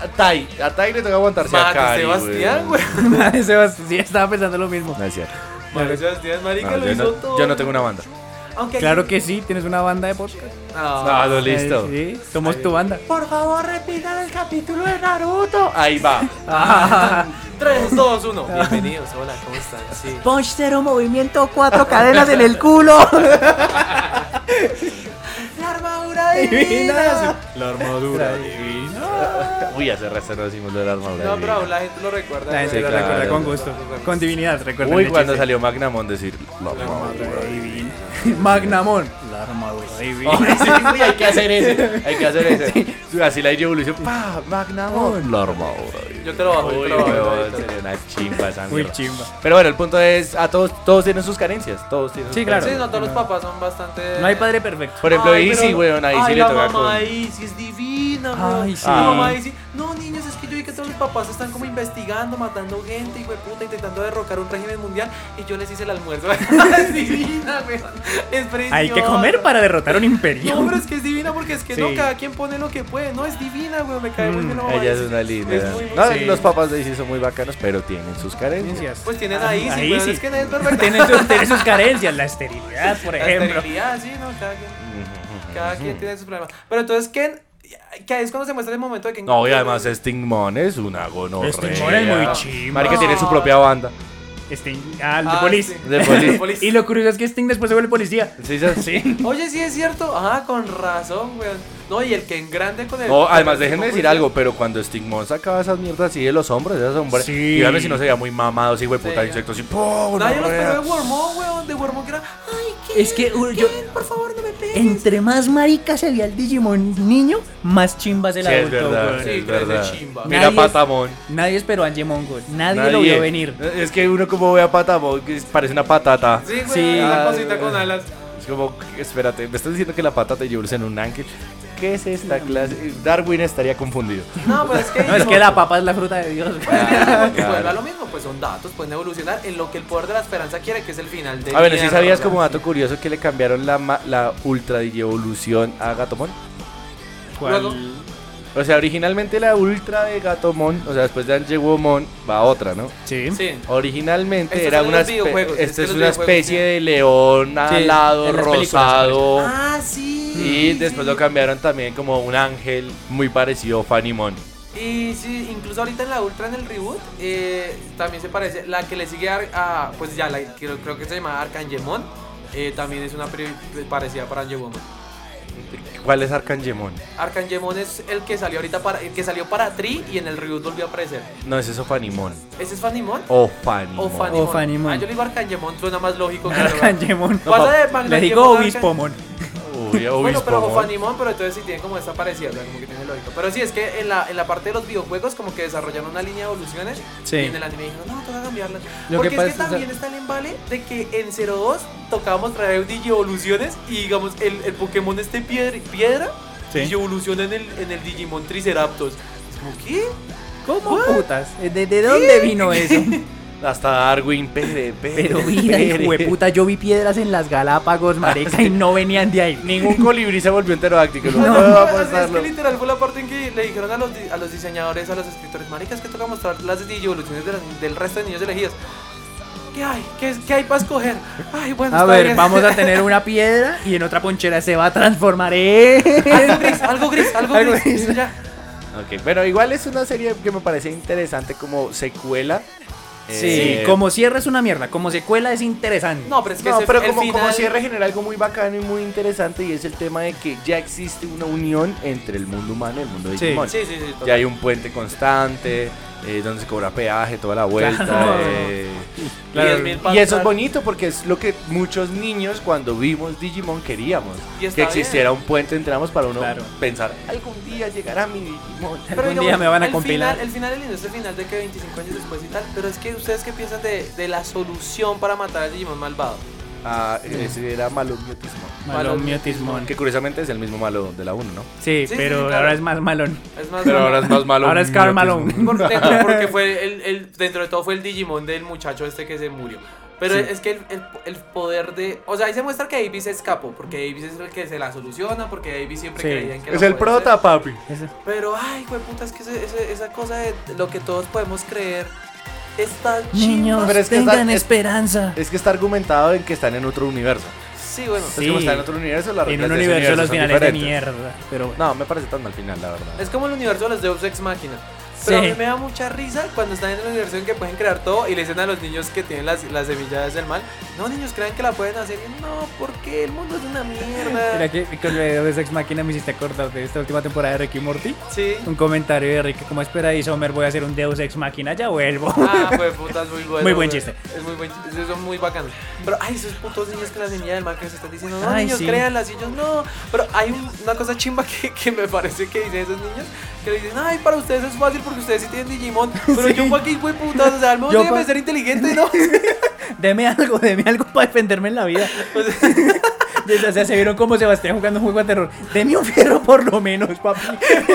A Tai, a Tai le toca aguantarse a
Matt
Cari,
Sebastián, güey.
Madre, Sebastián, sí, estaba pensando lo mismo.
No es cierto.
Matt Sebastián, marica,
No,
lo
yo,
hizo
no,
todo.
yo no tengo una banda.
Aunque
Claro que sí, tienes una banda de podcast. Eh,
Ah,
Ah, no, listo.
Sí, somos tu banda.
Por favor, repitan el capítulo de Naruto.
Ahí va.
3, 2, 1. Bienvenidos, hola, ¿cómo están? Sí.
Punch cero, movimiento cuatro cadenas en el culo.
La armadura divina.
La armadura divina. Uy, hace rato no decimos lo de la armadura
No,
divina.
pero la gente lo recuerda.
La gente
Sí,
lo
claro.
recuerda con gusto. Con divinidad, recuerda.
Uy,
el
cuando
chiste.
salió Magnamon decir la armadura divina.
Magnamon. La armadura divina.
Pues Sí, uy, hay que hacer ese. Hay que hacer ese. Así la evolución. ¡Pah!
Magnamon.
La armadura divina.
Yo te lo bajo, yo
Uy,
te lo bajo.
weón, sería una chimba esa
Muy
mierda.
chimba.
Pero bueno, el punto es, a todos, todos tienen sus carencias. Todos tienen
Sí,
sus
claro.
Sí,
carencias.
no, todos los papás son bastante.
No hay padre perfecto.
Por ejemplo,
Ay,
Izzy,
pero-
weón, ahí
Ay,
sí le
la
toca.
mamá
con-
Izzy es divina,
Ah. Ay,
weón.
sí.
Ah.
La mamá Izzy. No, niños, es que yo vi que todos los papás están como investigando, matando gente, hijo de puta, intentando derrocar un régimen mundial. Y yo les hice el almuerzo. es divina, weón. Es preciosa.
Hay que comer para derrotar un imperio.
No, pero es que es divina porque es que no,
Sí.
cada quien pone lo que puede. No, es divina, weón. Me cae muy bien la mamá
Mm, Ella es
Izzy.
una linda.
Es muy, muy
No,
sí.
Los papás de Izzy son muy bacanos, pero tienen sus carencias.
Pues tienes a Izzy,
Ah, Ahí
weón.
sí.
Es que nadie es perfecto.
Tienen sus, tienen sus carencias, la esterilidad, por
La
ejemplo.
esterilidad, sí, ¿no? Cada quien, cada quien tiene sus problemas. Pero entonces, Ken, que ahí es cuando se muestra el momento de que.
No, y además Stingmon es una gonorrea.
Stingmon es muy chimba.
Marica tiene su propia banda.
Sting, ah, el
Ah,
de polis.
sí.
De polis.
y lo curioso es que Sting después se vuelve policía.
Sí, sí.
Oye, sí es cierto. Ah, con razón, weón. No, y el Ken grande con el.
No,
con
además
el
déjenme
tipo
decir
judío.
algo, pero cuando Stingmon sacaba esas mierdas así de los hombres, de esos hombres,
Sí.
dígame si no se veía muy mamado, así güey, puta, insectos, así, ¡pum!
Nadie los
gonorrea.
pegó de Wormón, weón. De Wormón que era. Ay, Ken.
Es que uh, yo.
Ken, por favor, no me pegues.
Entre más marica se veía el Digimon niño, más chimbas el
Sí, es
adulto,
verdad,
weón.
sí,
Sí,
es
pero es de
verdad.
chimba.
Mira
Nadie es-
Patamon.
Nadie esperó a Angemon, güey.
Nadie, lo vio venir.
Es que uno como ve a Patamon, que es- parece una patata. Ah,
Sí, weón.
Sí.
La cosita con alas.
Es como, espérate, me estás diciendo que la patata y yo en un ángel. ¿Qué es esta clase? Darwin estaría confundido.
No, pero es que.
No, es que la papa es la fruta de Dios.
Ah,
güey.
Pues vuelve a lo mismo, pues son datos, pueden evolucionar en lo que el poder de la esperanza quiere, que es el final de.
A ver, Ah, ¿sí
mierda,
sabías
weón.
como dato curioso que le cambiaron la, ma- la ultra evolución a Gatomon?
Luego,
O sea, originalmente la ultra de Gatomon, o sea, después de Anjewomon va otra, ¿no?
Sí.
Sí.
Originalmente
Estos
era
son
una,
los
espe-
videojuegos, es
esta
que
es
los
una
videojuegos
especie
tienen-
de león
Sí,
alado,
en las películas,
rosado.
Ah, sí.
Y después lo cambiaron también como un ángel muy parecido a Fanimon.
Y sí, incluso ahorita en la Ultra, en el reboot, eh, también se parece. La que le sigue a, a- pues ya, la, que creo, creo que se llama Arcangemon, eh, también es una pri- parecida para Angemon.
¿Cuál es Arcangemon?
Arcangemon es el que salió ahorita para, el que salió para Tri y en el reboot volvió a aparecer.
No, es eso Fanimon.
¿Ese es Fanimon?
O Fanimon.
O Fanimon.
O Fanimon.
Ah, yo le digo Arcangemon, suena más lógico que
Angemon.
Pasa de
Le
Magnangemon
digo
a Arcan-
Obispomon.
Uy,
Bueno, pero
Obispomon.
o Fanimon, pero entonces sí tiene como esta parecida, o sea, como que tiene lógico. Pero sí, es que en la, en la parte de los videojuegos como que desarrollaron una línea de evoluciones
Sí.
y en el anime dijeron, no, toca cambiarla.
Lo que
Porque es que
pasa-
también está el embale de que en 02 tocábamos traer digievoluciones y digamos, el, el Pokémon este piedra, piedra
Sí.
digievoluciona en el, en el Digimon Triceratops. Es como, ¿qué?
¿Cómo Oh, putas? ¿De, de dónde vino eso?
Hasta Darwin Pérez,
Pero mira, hijo de puta, yo vi piedras en las Galápagos, marica, y no venían de ahí.
Ningún colibrí se volvió enterodáctico. No,
No,
va a
es- es
pasarlo.
que literal fue la parte en que le dijeron a los, di- a los diseñadores, a los escritores, maricas, que toca mostrar las digievoluciones de las- del resto de niños elegidos. ¿Qué hay? ¿Qué, es- qué hay para escoger? Ay, bueno,
A
está
ver,
bien.
vamos a tener una piedra y en otra ponchera se va a transformar en...
algo gris, algo gris, algo
Algo
gris.
gris.
Ya.
Ok, bueno, igual es una serie que me parece interesante como secuela.
Sí,
Eh,
como cierre es una mierda, como secuela es interesante.
No, pero es que
No,
ese-
pero
el
como, como
final-
cierre genera algo muy bacano y muy interesante y es el tema de que ya existe una unión entre el mundo humano y el mundo de
Sí.
Digimon.
Sí, sí, sí, total.
ya hay un puente constante eh, donde se cobra peaje toda la vuelta.
Claro.
eh,
Claro.
Diez mil
Y eso es
pastas.
bonito porque es lo que muchos niños cuando vimos Digimon queríamos.
Y está
Que existiera un puente entre ambos para uno
Claro.
pensar, algún día llegará mi Digimon.
Pero
Algún día me van a
el
compilar.
Final, el final del inicio es el final de que 25 años después y tal. Pero es que ustedes qué piensan de, de la solución para matar al Digimon malvado.
Ah, ese era malo Miotismon.
Malón miotismón.
Que curiosamente es el mismo malo de la 1, ¿no?
Sí,
Sí,
pero
sí, claro.
ahora es más malón.
Es más
Pero
bueno.
ahora es más malo.
Ahora es Karl Malone.
miotismo.
Por dentro, porque fue el, el- dentro de todo fue el Digimon del muchacho este que se murió. Pero
Sí.
es que el, el- el poder de. O sea, ahí se muestra que Davis se escapó. Porque Davis es el que se la soluciona. Porque Davis siempre
Sí.
creía en que
Es
la
el
podía hacer.
prota, papi.
Pero, ay, güey, puta, es que ese- ese- esa cosa de lo que todos podemos creer. Está chimba.
Pero es que tengan está- es-
esperanza.
Es que está argumentado en que están en otro universo.
Sí, bueno.
Es como está en otro universo, las
en
reglas
un
de ese
universo los
son
finales de
diferentes.
mierda. Pero bueno.
No, me parece tan mal final, la verdad.
Es como el universo de los Deus Ex Machina. Pero a
Sí.
mí me da mucha risa cuando están en la universidad en que pueden crear todo y le dicen a los niños que tienen las, las semillas del mal, no niños crean que la pueden hacer. Y, no, porque el mundo es una mierda.
Mira que con lo de Sex Máquina me hiciste acordar de esta última temporada de Ricky Morty.
Sí.
Un comentario de Ricky, como espera, y Homer, voy a hacer un Deus Ex Máquina, ya vuelvo.
Ah, pues puta, es muy bueno.
Muy buen
güey.
chiste.
Es muy buen chiste, esos son muy bacanos. Pero ay, esos putos niños que la semilla del mal que se están diciendo, no,
Ay,
niños,
sí.
créanlas. Y ellos, no. Pero hay un- una cosa chimba que, que me parece que dicen esos niños, que le dicen, ay, para ustedes es fácil porque ustedes sí tienen Digimon. Pero yo para qué, güey, putas, o sea, al menos
Yo
déjeme
pa-
ser inteligente, ¿no?
Deme algo, deme algo para defenderme en la vida. O sea, se vieron como Sebastián jugando un juego de terror. Deme un fierro por lo menos, papi.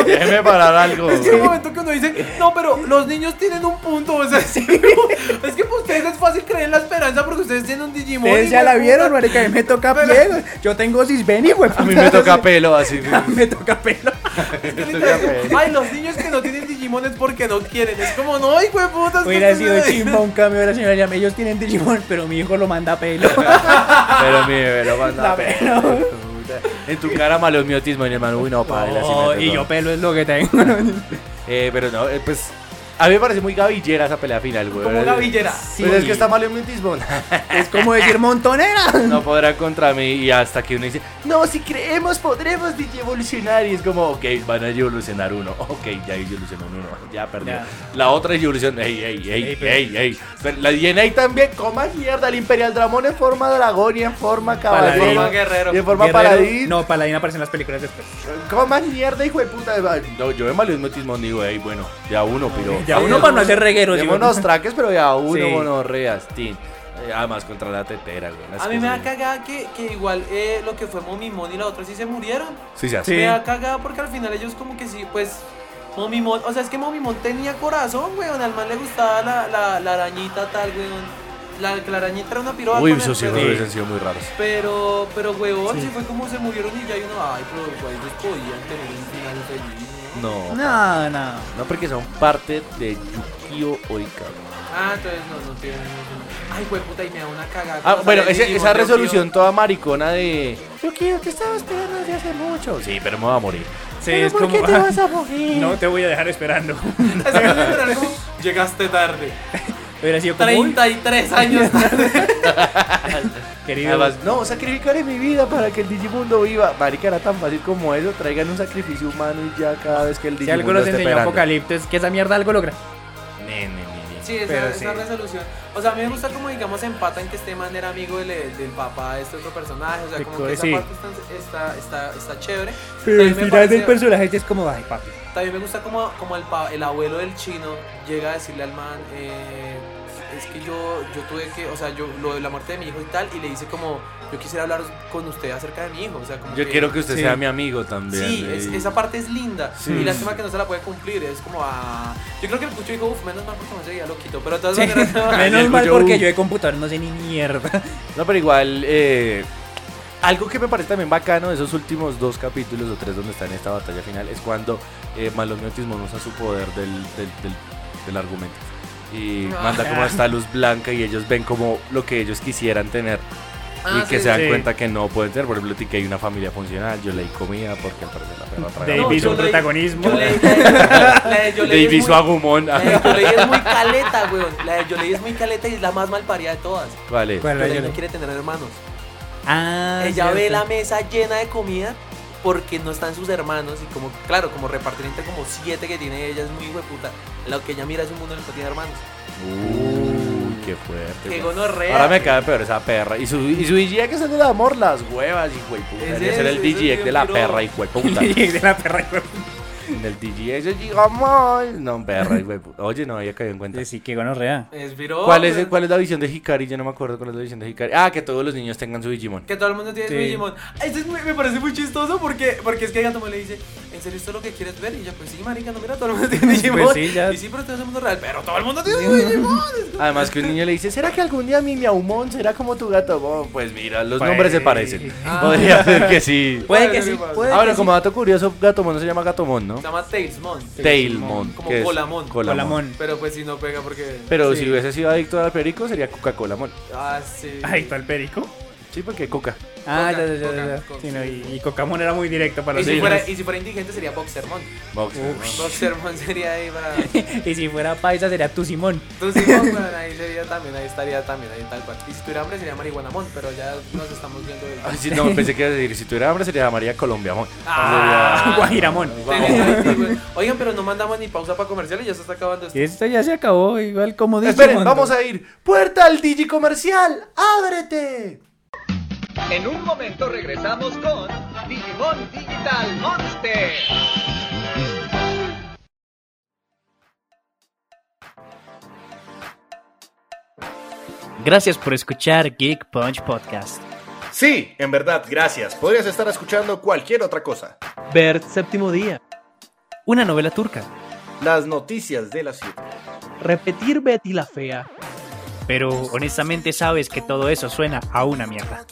Déjeme parar algo.
Es que hay un momento que uno dice, no, pero los niños tienen un punto. O sea, sí, no, es que para ustedes es fácil creer en la esperanza porque ustedes tienen un Digimon.
Ustedes ya
hijo de
la vieron,
puta.
marica. A mí me toca piel. Yo tengo cisbeni, güey.
A mí me toca pelo así. me toca pelo.
Ay, los niños que no tienen Digimon es porque no quieren. Es como, no, hijo de putas.
Hubiera sido chimba un cambio de la señora llama. Ellos tienen Digimon, pero mi hijo lo manda a pelo.
Pero mi bebé lo manda.
La
a pelo. Puta. En tu cara malo miotismo, mi hermano. Uy, no, paila, sí me
Oh,
pegó.
y yo pelo es lo que tengo.
Eh, pero no, eh, pues. A mí me parece muy gavillera esa pelea final, güey.
Como gavillera.
Pues es que está malo en miotismo.
Es como decir montonera.
No podrá contra mí y hasta que uno dice, no, si creemos podremos digievolucionar. Y es como, ok, van a evolucionar uno. Ok, ya evolucionó uno. Ya perdió.
Ya.
La otra evolución, ey, ey,
Ey,
ey,
pero-
ey, ey. Pero La DNA también, coma mierda. El Imperial Dramón en forma dragón y en forma caballero.
Paladín.
Y en forma paladín.
No, paladín aparece en las películas después.
Coma mierda, hijo de puta. No, yo de malismotismo digo, ey, bueno, ya uno, pero.
Ya uno para no hacer regueros, digo.
Démonos traques, pero ya uno,
Sí.
monorreas, tin. Eh, Además, contra la tetera, güey. las
A mí me
cosas-
da cagada que, que igual eh, lo que fue Momimon y la otra sí se murieron.
Sí, se hace.
Me da cagada porque al final ellos como que sí, pues... Momimon, o sea, es que Momimon tenía corazón, weón. Al man le gustaba la, la, la arañita tal, weón. La, la arañita era una piroga.
Uy,
con el
esos hijos
pelo.
hubiesen sido muy raros.
Pero, pero, weón,
Sí.
sí. fue como se murieron y ya hay uno, ay, pero, weón, ellos podían tener un final feliz.
No.
No, no.
No, porque son parte de Yukio Oika.
Ah, entonces no, no tienen. Ay, weón, puta, y me da una cagada.
Ah,
cuando
bueno,
sale
ese-
Digimon,
esa
Dios mío.
resolución toda maricona de.
Yo quiero, te estaba esperando desde hace mucho.
Sí, pero me voy a morir.
Sí,
Pero
es
¿por
como.
qué te vas a morir?
No te voy a dejar esperando.
Era como, Llegaste tarde.
Hubiera sido como. uy,
33 años tarde.
Querido.
Además, no, sacrificaré mi vida para que el Digimundo viva. Marica, era tan fácil como eso. Traigan un sacrificio humano y ya cada vez que el
si
Digimundo.
algo nos
esté
enseñó
esperando.
Apocalipto es que esa mierda algo logra.
Ne, ne, ne, ne.
Sí, esa,
Pero
esa
sí.
resolución. O sea, a mí me gusta como, digamos, empatan que este man era amigo del, del papá de este otro personaje. O sea,
Sí,
como que esa
sí.
parte está, está, está, está chévere.
Pero el
También me
final del
parece-
personaje es como, ay, papi.
También me gusta como, como el, pa- el abuelo del chino llega a decirle al man, eh, es que yo, yo tuve que, o sea, yo lo de la muerte de mi hijo y tal, y le dice como, yo quisiera hablar con usted acerca de mi hijo. O sea, como
Yo quiero que usted
Sí.
sea mi amigo también.
Sí,
eh.
es- esa parte es linda.
Sí.
Y lástima que no se la puede cumplir. Es como a. Yo creo que el Cucho dijo, uff, menos mal porque no se veía loquito. Pero de todas maneras.
Menos
el
mal
cuyo-
uh.
porque yo de computador no sé ni mierda.
No, pero igual, eh, algo que me parece también bacano de esos últimos dos capítulos o tres donde está en esta batalla final es cuando eh, Malomiotismo usa su poder del, del, del- del argumento. Y
Ah.
manda como esta luz blanca y ellos ven como lo que ellos quisieran tener.
Ah,
y que
sí,
se dan
sí.
cuenta que no pueden tener. Por ejemplo, que hay una familia funcional. Yo leí comida porque al parecer la perra traga
Dave
mucho.
hizo un protagonismo.
Yo leí. La de yo leí. Eh.
Dave
es
hizo
muy-
agumón.
La de yo leí es muy caleta, weón. La de yo leí es muy caleta y es la más malparida de todas.
¿Cuál es?
¿Cuál?
Yo
la de
leí no
Yolei.
quiere tener hermanos.
Ah,
Ella ve
cierto.
la mesa llena de comida porque no están sus hermanos y como, claro, como repartir entre como siete que tiene ella es muy hueputa. Lo que ella mira es un mundo en el que tiene hermanos.
Uy, qué fuerte.
Qué
güey.
gonorrea.
Ahora me cae peor esa perra. Y su, y su DJ que es el del amor, las huevas, hijo de puta.
Ese
Debería
es,
ser el
ese es
DJ
bien
de la
piro.
perra, hijo de puta.
de la perra.
En el DJ yo digo amor. No, perra, hijo de puta. Oye, no había caído en cuenta.
Sí, que gonorrea.
Es viró,
¿Cuál es,
weón.
¿Cuál es la visión de Hikari? Yo no me acuerdo cuál es la visión de Hikari. Ah, que todos los niños tengan su Digimon.
Que todo el mundo tiene su
Sí.
Digimon. Eso es muy- me parece muy chistoso porque, porque es que Gato me le dice, ¿en serio esto es lo que quieres ver? Y yo, pues sí, marica, no mira, todo el mundo tiene Digimon.
Pues sí, ya.
Y sí, pero todo el mundo real, pero todo el mundo tiene su Digimon.
Además que un niño le dice, ¿será que algún día mi miaumon será como tu gato? Bon, pues mira, los
Pues-
nombres se parecen.
Ah.
Podría ser que sí.
Puede que sí, puede
Ah, bueno,
que
como dato curioso, Gatomon no se llama Gatomon, ¿no?
Se llama Tailsmon.
Tailmon, que
Como
es
Colamon.
Colamon. Colamon.
Pero pues si no pega porque...
Pero
sí.
si hubiese sido adicto al perico sería Coca-Cola, mon.
Ah, sí.
Adicto al perico.
Sí, porque coca.
Ah,
Coca,
ya, ya, ya,
Coca,
ya.
Coca.
Sí, no, y, y Cocamón era muy directo para
Y
los
si, fuera, y
niños.
si fuera indigente sería Boxer Mon.
Boxer Mon.
Boxer Mon sería ahí para.
Y si fuera paisa sería tu Simón.
Tú sí, Mon, bueno, ahí sería también, ahí estaría también, ahí tal cual. Y si tuviera hambre sería Marihuana Mon, pero ya nos estamos viendo. del-
Ah, sí, no, pensé que iba a decir, si tuviera hambre sería María Colombia, amor.
Ah,
Sería-
Guajiramón.
Tenés ahí, güey. Oigan, pero no mandamos ni pausa para comerciales, ya se está acabando esto.
Y esto ya se acabó, igual como dice.
Esperen,
Mondo.
vamos a ir.
¡Puerta al Digi Comercial! ¡Ábrete!
En un momento regresamos con Digimon Digital Monster.
Gracias por escuchar Geek Punch Podcast.
Sí, en verdad, gracias. Podrías estar escuchando cualquier otra cosa.
Bert séptimo día.
Una novela turca.
Las noticias de la ciudad.
Repetir Betty la fea. Pero honestamente sabes que todo eso suena a una mierda.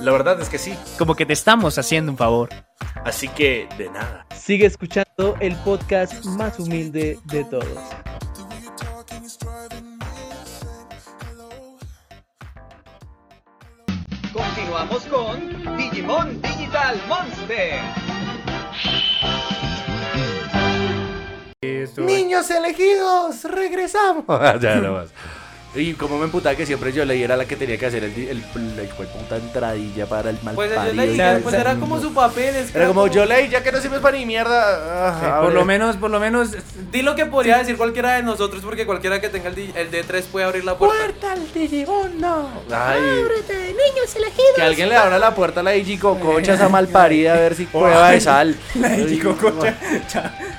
La verdad es que sí.
Como que te estamos haciendo un favor.
Así que, de nada.
Sigue escuchando el podcast más humilde de todos.
Continuamos con Digimon Digital Monster.
Niños elegidos, regresamos.
Ah, ya no más. Y como me emputaba que siempre yo leí era la que tenía que hacer el, el, el hijo de puta entradilla para el mal
Pues, yo
parido.
leí, pues era como su papel. Es que
Era como yo leí, ya que no sirves para ni mierda. Ah,
Sí, por
abre.
lo
menos, por lo menos.
Di lo que podría decir cualquiera de nosotros, porque cualquiera que tenga el, di- el D3 puede abrir la puerta.
¡Puerta al Digimundo!
Ay.
¡Ábrete, niños elegidos!
Que alguien le abra la puerta a la Digicococha esa malparida a ver si prueba de sal. La Digicococha.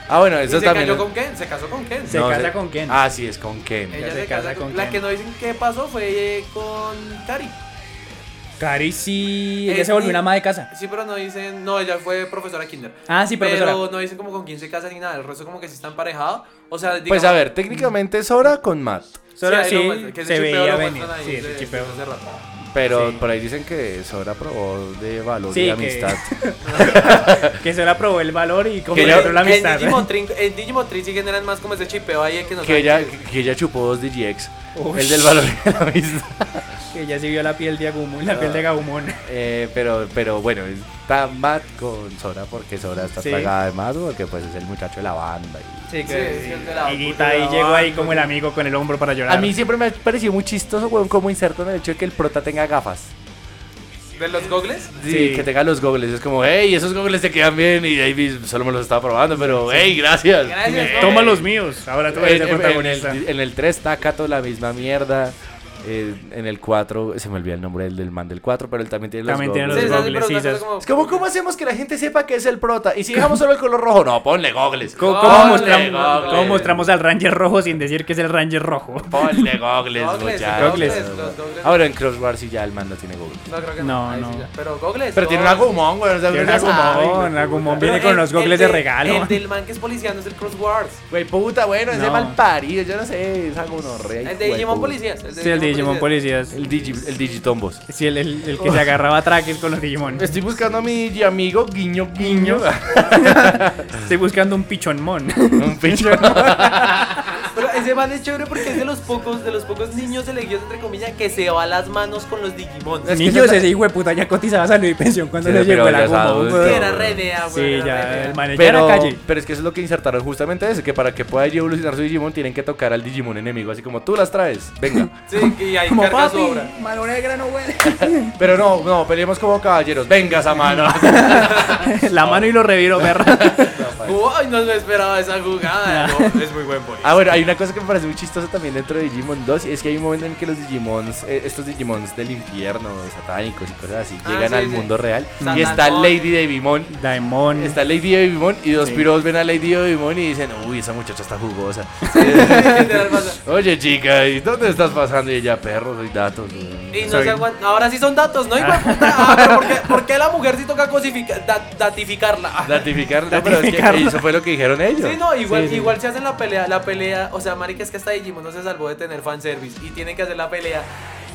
Ah, bueno,
Y
eso
se
también.
cayó con Eh, Ken, se casó con Ken.
No, se- Ah, sí, es con Ken.
Ella se, casa, con, La que no dicen qué pasó fue eh, con Cari.
Cari sí, ella
Es
se volvió
ni-
una ama de casa.
Eh, Este, Sí, pero no dicen. No, ella fue profesora Kinder.
Ah, sí, profesora.
Pero no dicen como con quién se casa ni nada. El resto, como que sí está emparejado. O sea, digamos,
Pues a ver, técnicamente es Sora con Matt.
ahí lo muestran, que ese chipeo lo muestran ahí,
Sí,
desde-
ese chipeo.
desde hace rato.
Pero por ahí dicen que Sora probó de valor
Sí,
y
que-
amistad.
que se la probó el valor y como
Que
le
ya-
entró la
En
amistad.
Digimon, Trin, en Digimon Trin sí generan más como ese chipeo ahí que nos
que, ella, que ella chupó dos DGX.
Ush.
El del valor y la amistad.
Que ya se vio la piel de Agumon, la piel de Agumon.
Eh, pero, pero bueno, está Matt con Sora porque Sora está
Sí.
plagada de Matt porque pues es el muchacho de la banda. y-
Sí,
Sí,
que
sí, el de la-
y
porque
ahí
la
llegó
banda,
ahí como el amigo con el hombro para llorar.
A mí siempre me ha parecido muy chistoso, weón, cómo insertan el hecho de que el prota tenga gafas.
¿De los gogles?
Sí, que tenga los goggles. Es como, hey, esos goggles te quedan bien. Y Davis solo me los estaba probando, pero,
Sí.
hey, gracias.
Gracias,
Eh,
Toma los míos, ahora tú eres el
En, en- en
protagonista.
el, en el 3 está Kato la misma mierda. Eh, en el 4, se me olvida el nombre del, del man del 4, pero él también tiene los
También tiene los Sí,
goggles.
sí, sí, goggles, pero sí, una sí. cosa
Es como, ¿cómo hacemos que la gente sepa que es el prota? Y si dejamos solo el color rojo, no, ponle goggles.
¿Cómo, cómo
Ponle
mostramos,
goggles.
cómo mostramos al Ranger rojo sin decir que es el Ranger rojo?
Ponle goggles,
Goggles,
muchachos.
goggles, los goggles.
Ahora en Cross Wars sí ya el man no tiene goggles.
No, creo que
No,
no. ahí sí
no.
ya. Pero gogles.
Pero tiene un agumón, güey. o sea,
Tiene oh, un
ya sabe,
Agumon,
güey.
Agumon
Pero
viene con
el-
los
el
goggles de regalo.
El del man que es policía no es el Cross Wars.
Güey, puta, bueno, ese
No.
mal parido, yo no sé, es algo gonorrea,
El
hijo
de Digimon
puta.
Policías. El de
Sí, el Digimon Policías.
El, digi, el Digitombos.
Sí, el, el- el que se agarraba a traques con los Digimon.
Estoy buscando a mi digi amigo Guiño Guiño.
Estoy buscando un pichonmon.
Un pichón.
Pero ese man es chévere porque es de los pocos, de los pocos niños elegidos entre comillas que se va las manos con los Digimon.
Niños, ese hijo de puta ya cotizaba salud y pensión cuando
Sí,
le
pero
llegó el
ya es
Agumon.
adulto,
weón.
Sí, era re
idea,
Sí,
weón, era
ya
re idea.
el man ya era
Pero,
calle.
pero es que eso es lo que insertaron justamente eso, que para que pueda evolucionar su Digimon tienen que tocar al Digimon enemigo, así como tú las traes, venga.
Sí, que ahí
Como
carga su
papi,
obra.
mano negra no huele.
Pero no, no, peleemos como caballeros, venga esa mano.
La mano y lo reviro, perra.
Uy, no me esperaba esa jugada. No, es muy buen poli.
Ah, bueno, hay una cosa que me parece muy chistosa también dentro de Digimon 2 y es que hay un momento en que los Digimons, eh, estos Digimons del infierno, satánicos y cosas así,
Ah,
llegan
sí,
al
sí.
mundo real
San
y está
Dalmón.
Lady Devimon.
Daemon.
Está Lady Devimon y dos
Sí.
piros ven a Lady Devimon y dicen, uy, esa muchacha está jugosa. Oye, chica, ¿y dónde estás pasando? Y ella, perro, soy datos.
Y no
Soy-
se aguanta. Ahora sí son datos, ¿no? hijo de puta? Ah, pero ¿por, qué, por qué la mujer sí toca cosifica- da- datificarla?
Ratificar, no, pero es que
Ratificarla.
eso fue lo que dijeron ellos.
Sí, no, igual,
Sí, sí.
igual se hacen la pelea, la pelea, o sea, marica, es que hasta Digimon no se salvó de tener fanservice y tienen que hacer la pelea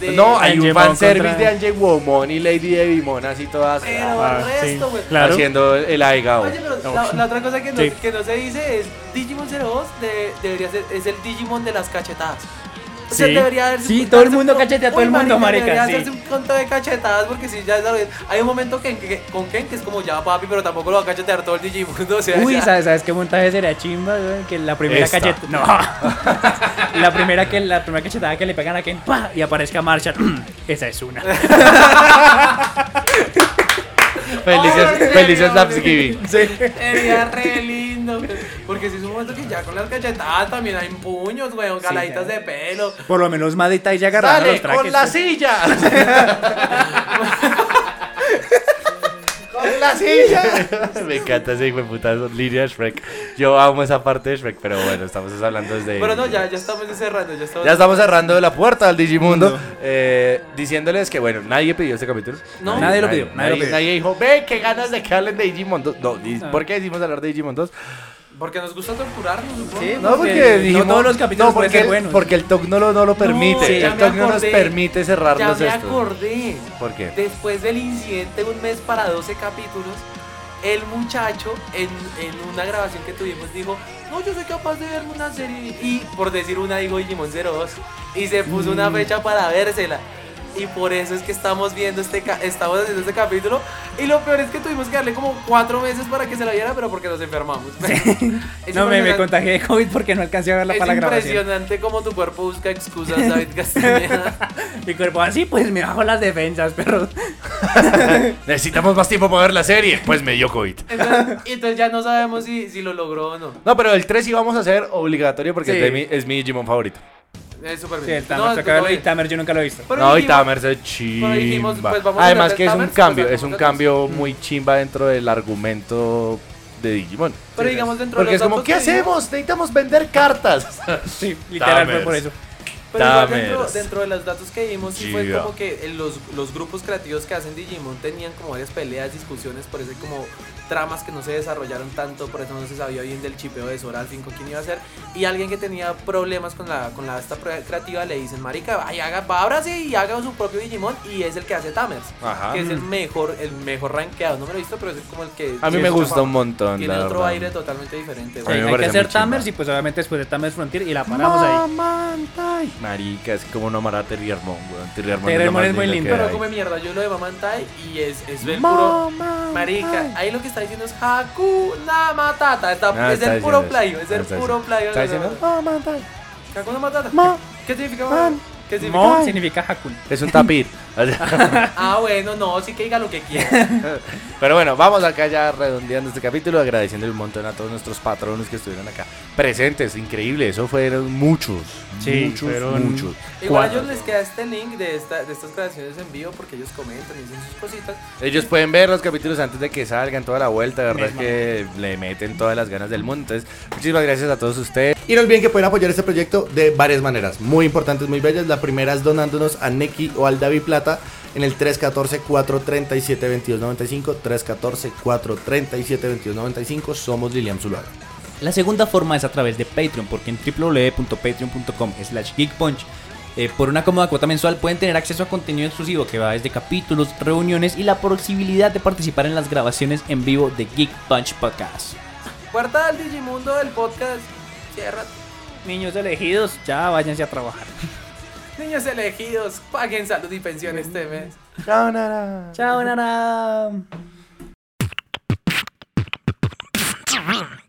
de...
No, hay un
Angemon
fanservice
contra-
de Angemon y Lady Devimon así todas
Pero
ah,
el resto, güey.
Claro.
haciendo el aigao.
Oye, pero la, la otra cosa que no,
Sí.
que no se dice es Digimon 02 de- debería ser, es el Digimon de las cachetadas. se debería haber-
Sí, todo el mundo cachete a todo
Uy,
el mundo, marica.
Debería
Sí.
hacerse un conto de cachetadas porque si ya sabes, hay un momento que, que- con Ken que es como ya papi, pero tampoco lo va a cachetear todo el Digimundo. O sea,
Uy,
ya.
¿sabes, ¿sabes qué montaje sería chimba? güey? Que la primera
Esta.
cacheta. No. la, primera que, la primera cachetada que le pegan a Ken ¡pa! y aparezca Marshall. Esa es una.
Felices,
Ay,
felices
señor.
Thanksgiving.
Sería re lindo. güey. Porque si es un momento que ya con las cachetadas también hay puños, weón, caladitas de pelo.
Por lo menos Madita y ya agarraron
¡Dale,
los traques.
con la silla!
¡Con la silla!
Me encanta ese hijo de puta línea de Shrek. Yo amo esa parte de Shrek, pero bueno, estamos hablando desde.
Pero no, ya, ya estamos cerrando. Ya estamos,
Ya estamos cerrando la puerta al Digimundo. eh, diciéndoles que, bueno, nadie pidió este capítulo.
No.
Nadie lo pidió, nadie lo pidió. Ah.
nadie dijo, ve, qué ganas de que hablen de Digimon 2. No, di- ¿por qué decimos hablar de Digimon 2?
Porque nos gusta torturarnos, supongo.
No, porque dijimos.
todos los capítulos
no, porque
pueden ser
el-
buenos.
Porque el TOC no lo, no lo permite.
sí, ya
el
me
TOC no nos
acordé.
permite
Ya
cerrarnos
me
esto.
acordé.
¿Por qué?
Después del incidente, un mes para 12 capítulos, el muchacho en, en una grabación que tuvimos dijo: No, yo soy capaz de verme una serie. Y por decir una, digo Digimon 02. Y se puso
Mm.
una fecha para vérsela. Y por eso es que estamos viendo este ca- estamos haciendo este capítulo. Y lo peor es que tuvimos que darle como cuatro meses para que se la viera, pero porque nos enfermamos. Es
No, me, me
impresionante.
contagié de COVID porque no alcancé a verla
Es
para la grabación.
impresionante como tu cuerpo busca excusas, David Castañeda.
Mi cuerpo así, pues me bajo las defensas, pero.
Necesitamos más tiempo para ver la serie. Pues me dio COVID.
Entonces, y entonces ya no sabemos si, si lo logró o no.
No, pero el 3 sí vamos a hacer obligatorio porque
Sí.
es, de mi, es mi Digimon favorito.
Es súper
Sí,
bien.
el Tamer,
No,
toca verlo, y
bien.
Tamer yo nunca lo he visto.
Pero
no, y
dijimos-
Tamers es
pero dijimos,
chimba.
pues, vamos a
Además
hablar de
que es un
Tamers,
cambio,
pues,
es un
hablamos de
cambio muy chimba dentro del argumento de Digimon.
Pero digamos dentro de
Porque
los
es como,
datos
¿qué
que dijimos-
hacemos? Necesitamos vender cartas.
sí, literal fue por eso.
Pero igual
Tamers.
dentro, dentro de los datos que vimos, sí fue
Yeah.
como que el- los, los grupos creativos que hacen Digimon tenían como varias peleas, discusiones, por eso hay como tramas que no se desarrollaron tanto, por eso no se sabía bien del chipeo de Sora al 5 quién iba a ser. Y alguien que tenía problemas con la, con la esta prueba creativa le dicen, marica, ay, haga, ábrase y haga su propio Digimon y es el que hace Tamers.
Ajá.
Que es el
Mm.
mejor, el mejor rankeado, no me lo he visto, pero es como el que...
A mí
tiene mucha
me gusta
fama.
un montón,
Tiene
la
otro
verdad.
aire totalmente diferente.
A mí me
hay que
parece
hacer
muy chimba.
Tamers y pues obviamente después de Tamers Frontier y la paramos ahí.
Marica, es como no amar a Terry Armón, weón. Terry Armón
Terry
es, lo
Armón
más
es muy
lindo
lindo.
que
Pero
hay.
come mierda, yo lo de Mamantai y es, es el puro. Marica, ahí lo que está diciendo es Hakuna Matata. Está,
No,
es
Ah, está
el puro
diciendo eso.
playo, es
No,
el
está
puro
diciendo-
playo.
está
de-
diciendo, Ah,
Hakuna Matata. ¿Qué significa
Man.
¿Qué significa?
Mon significa Hakun.
Es un tapir.
Ah, bueno, no, sí que diga lo que quiera.
Pero bueno, vamos acá ya redondeando este capítulo, agradeciendo un montón a todos nuestros patronos que estuvieron acá presentes. Increíble, eso fueron muchos.
Sí,
muchos,
fueron
muchos.
Igual a ellos les queda este link de, esta, de estas creaciones en vivo porque ellos comentan y dicen sus cositas.
Ellos pueden ver los capítulos antes de que salgan toda la vuelta, la verdad es que le meten todas las ganas del mundo. Entonces, muchísimas gracias a todos ustedes.
Y no olviden que pueden apoyar este proyecto de varias maneras, muy importantes, muy bellas. La primera es donándonos a Neki o al David Plata en el 314-437-2295, 314-437-2295. Somos Lilian Zuluaga.
La segunda forma es a través de Patreon, porque en www.patreon.com slash geekpunch eh, por una cómoda cuota mensual pueden tener acceso a contenido exclusivo que va desde capítulos, reuniones y la posibilidad de participar en las grabaciones en vivo de Geek Punch Podcast.
Puerta al Digimundo del podcast. Cierra.
Niños elegidos, ya váyanse a trabajar.
Niños elegidos, paguen salud y pensión
Mm.
este mes.
Chao, Nara.
Chao, Nara.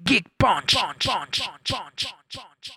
Geek Punch. Punch. Punch. Punch. Punch. Punch.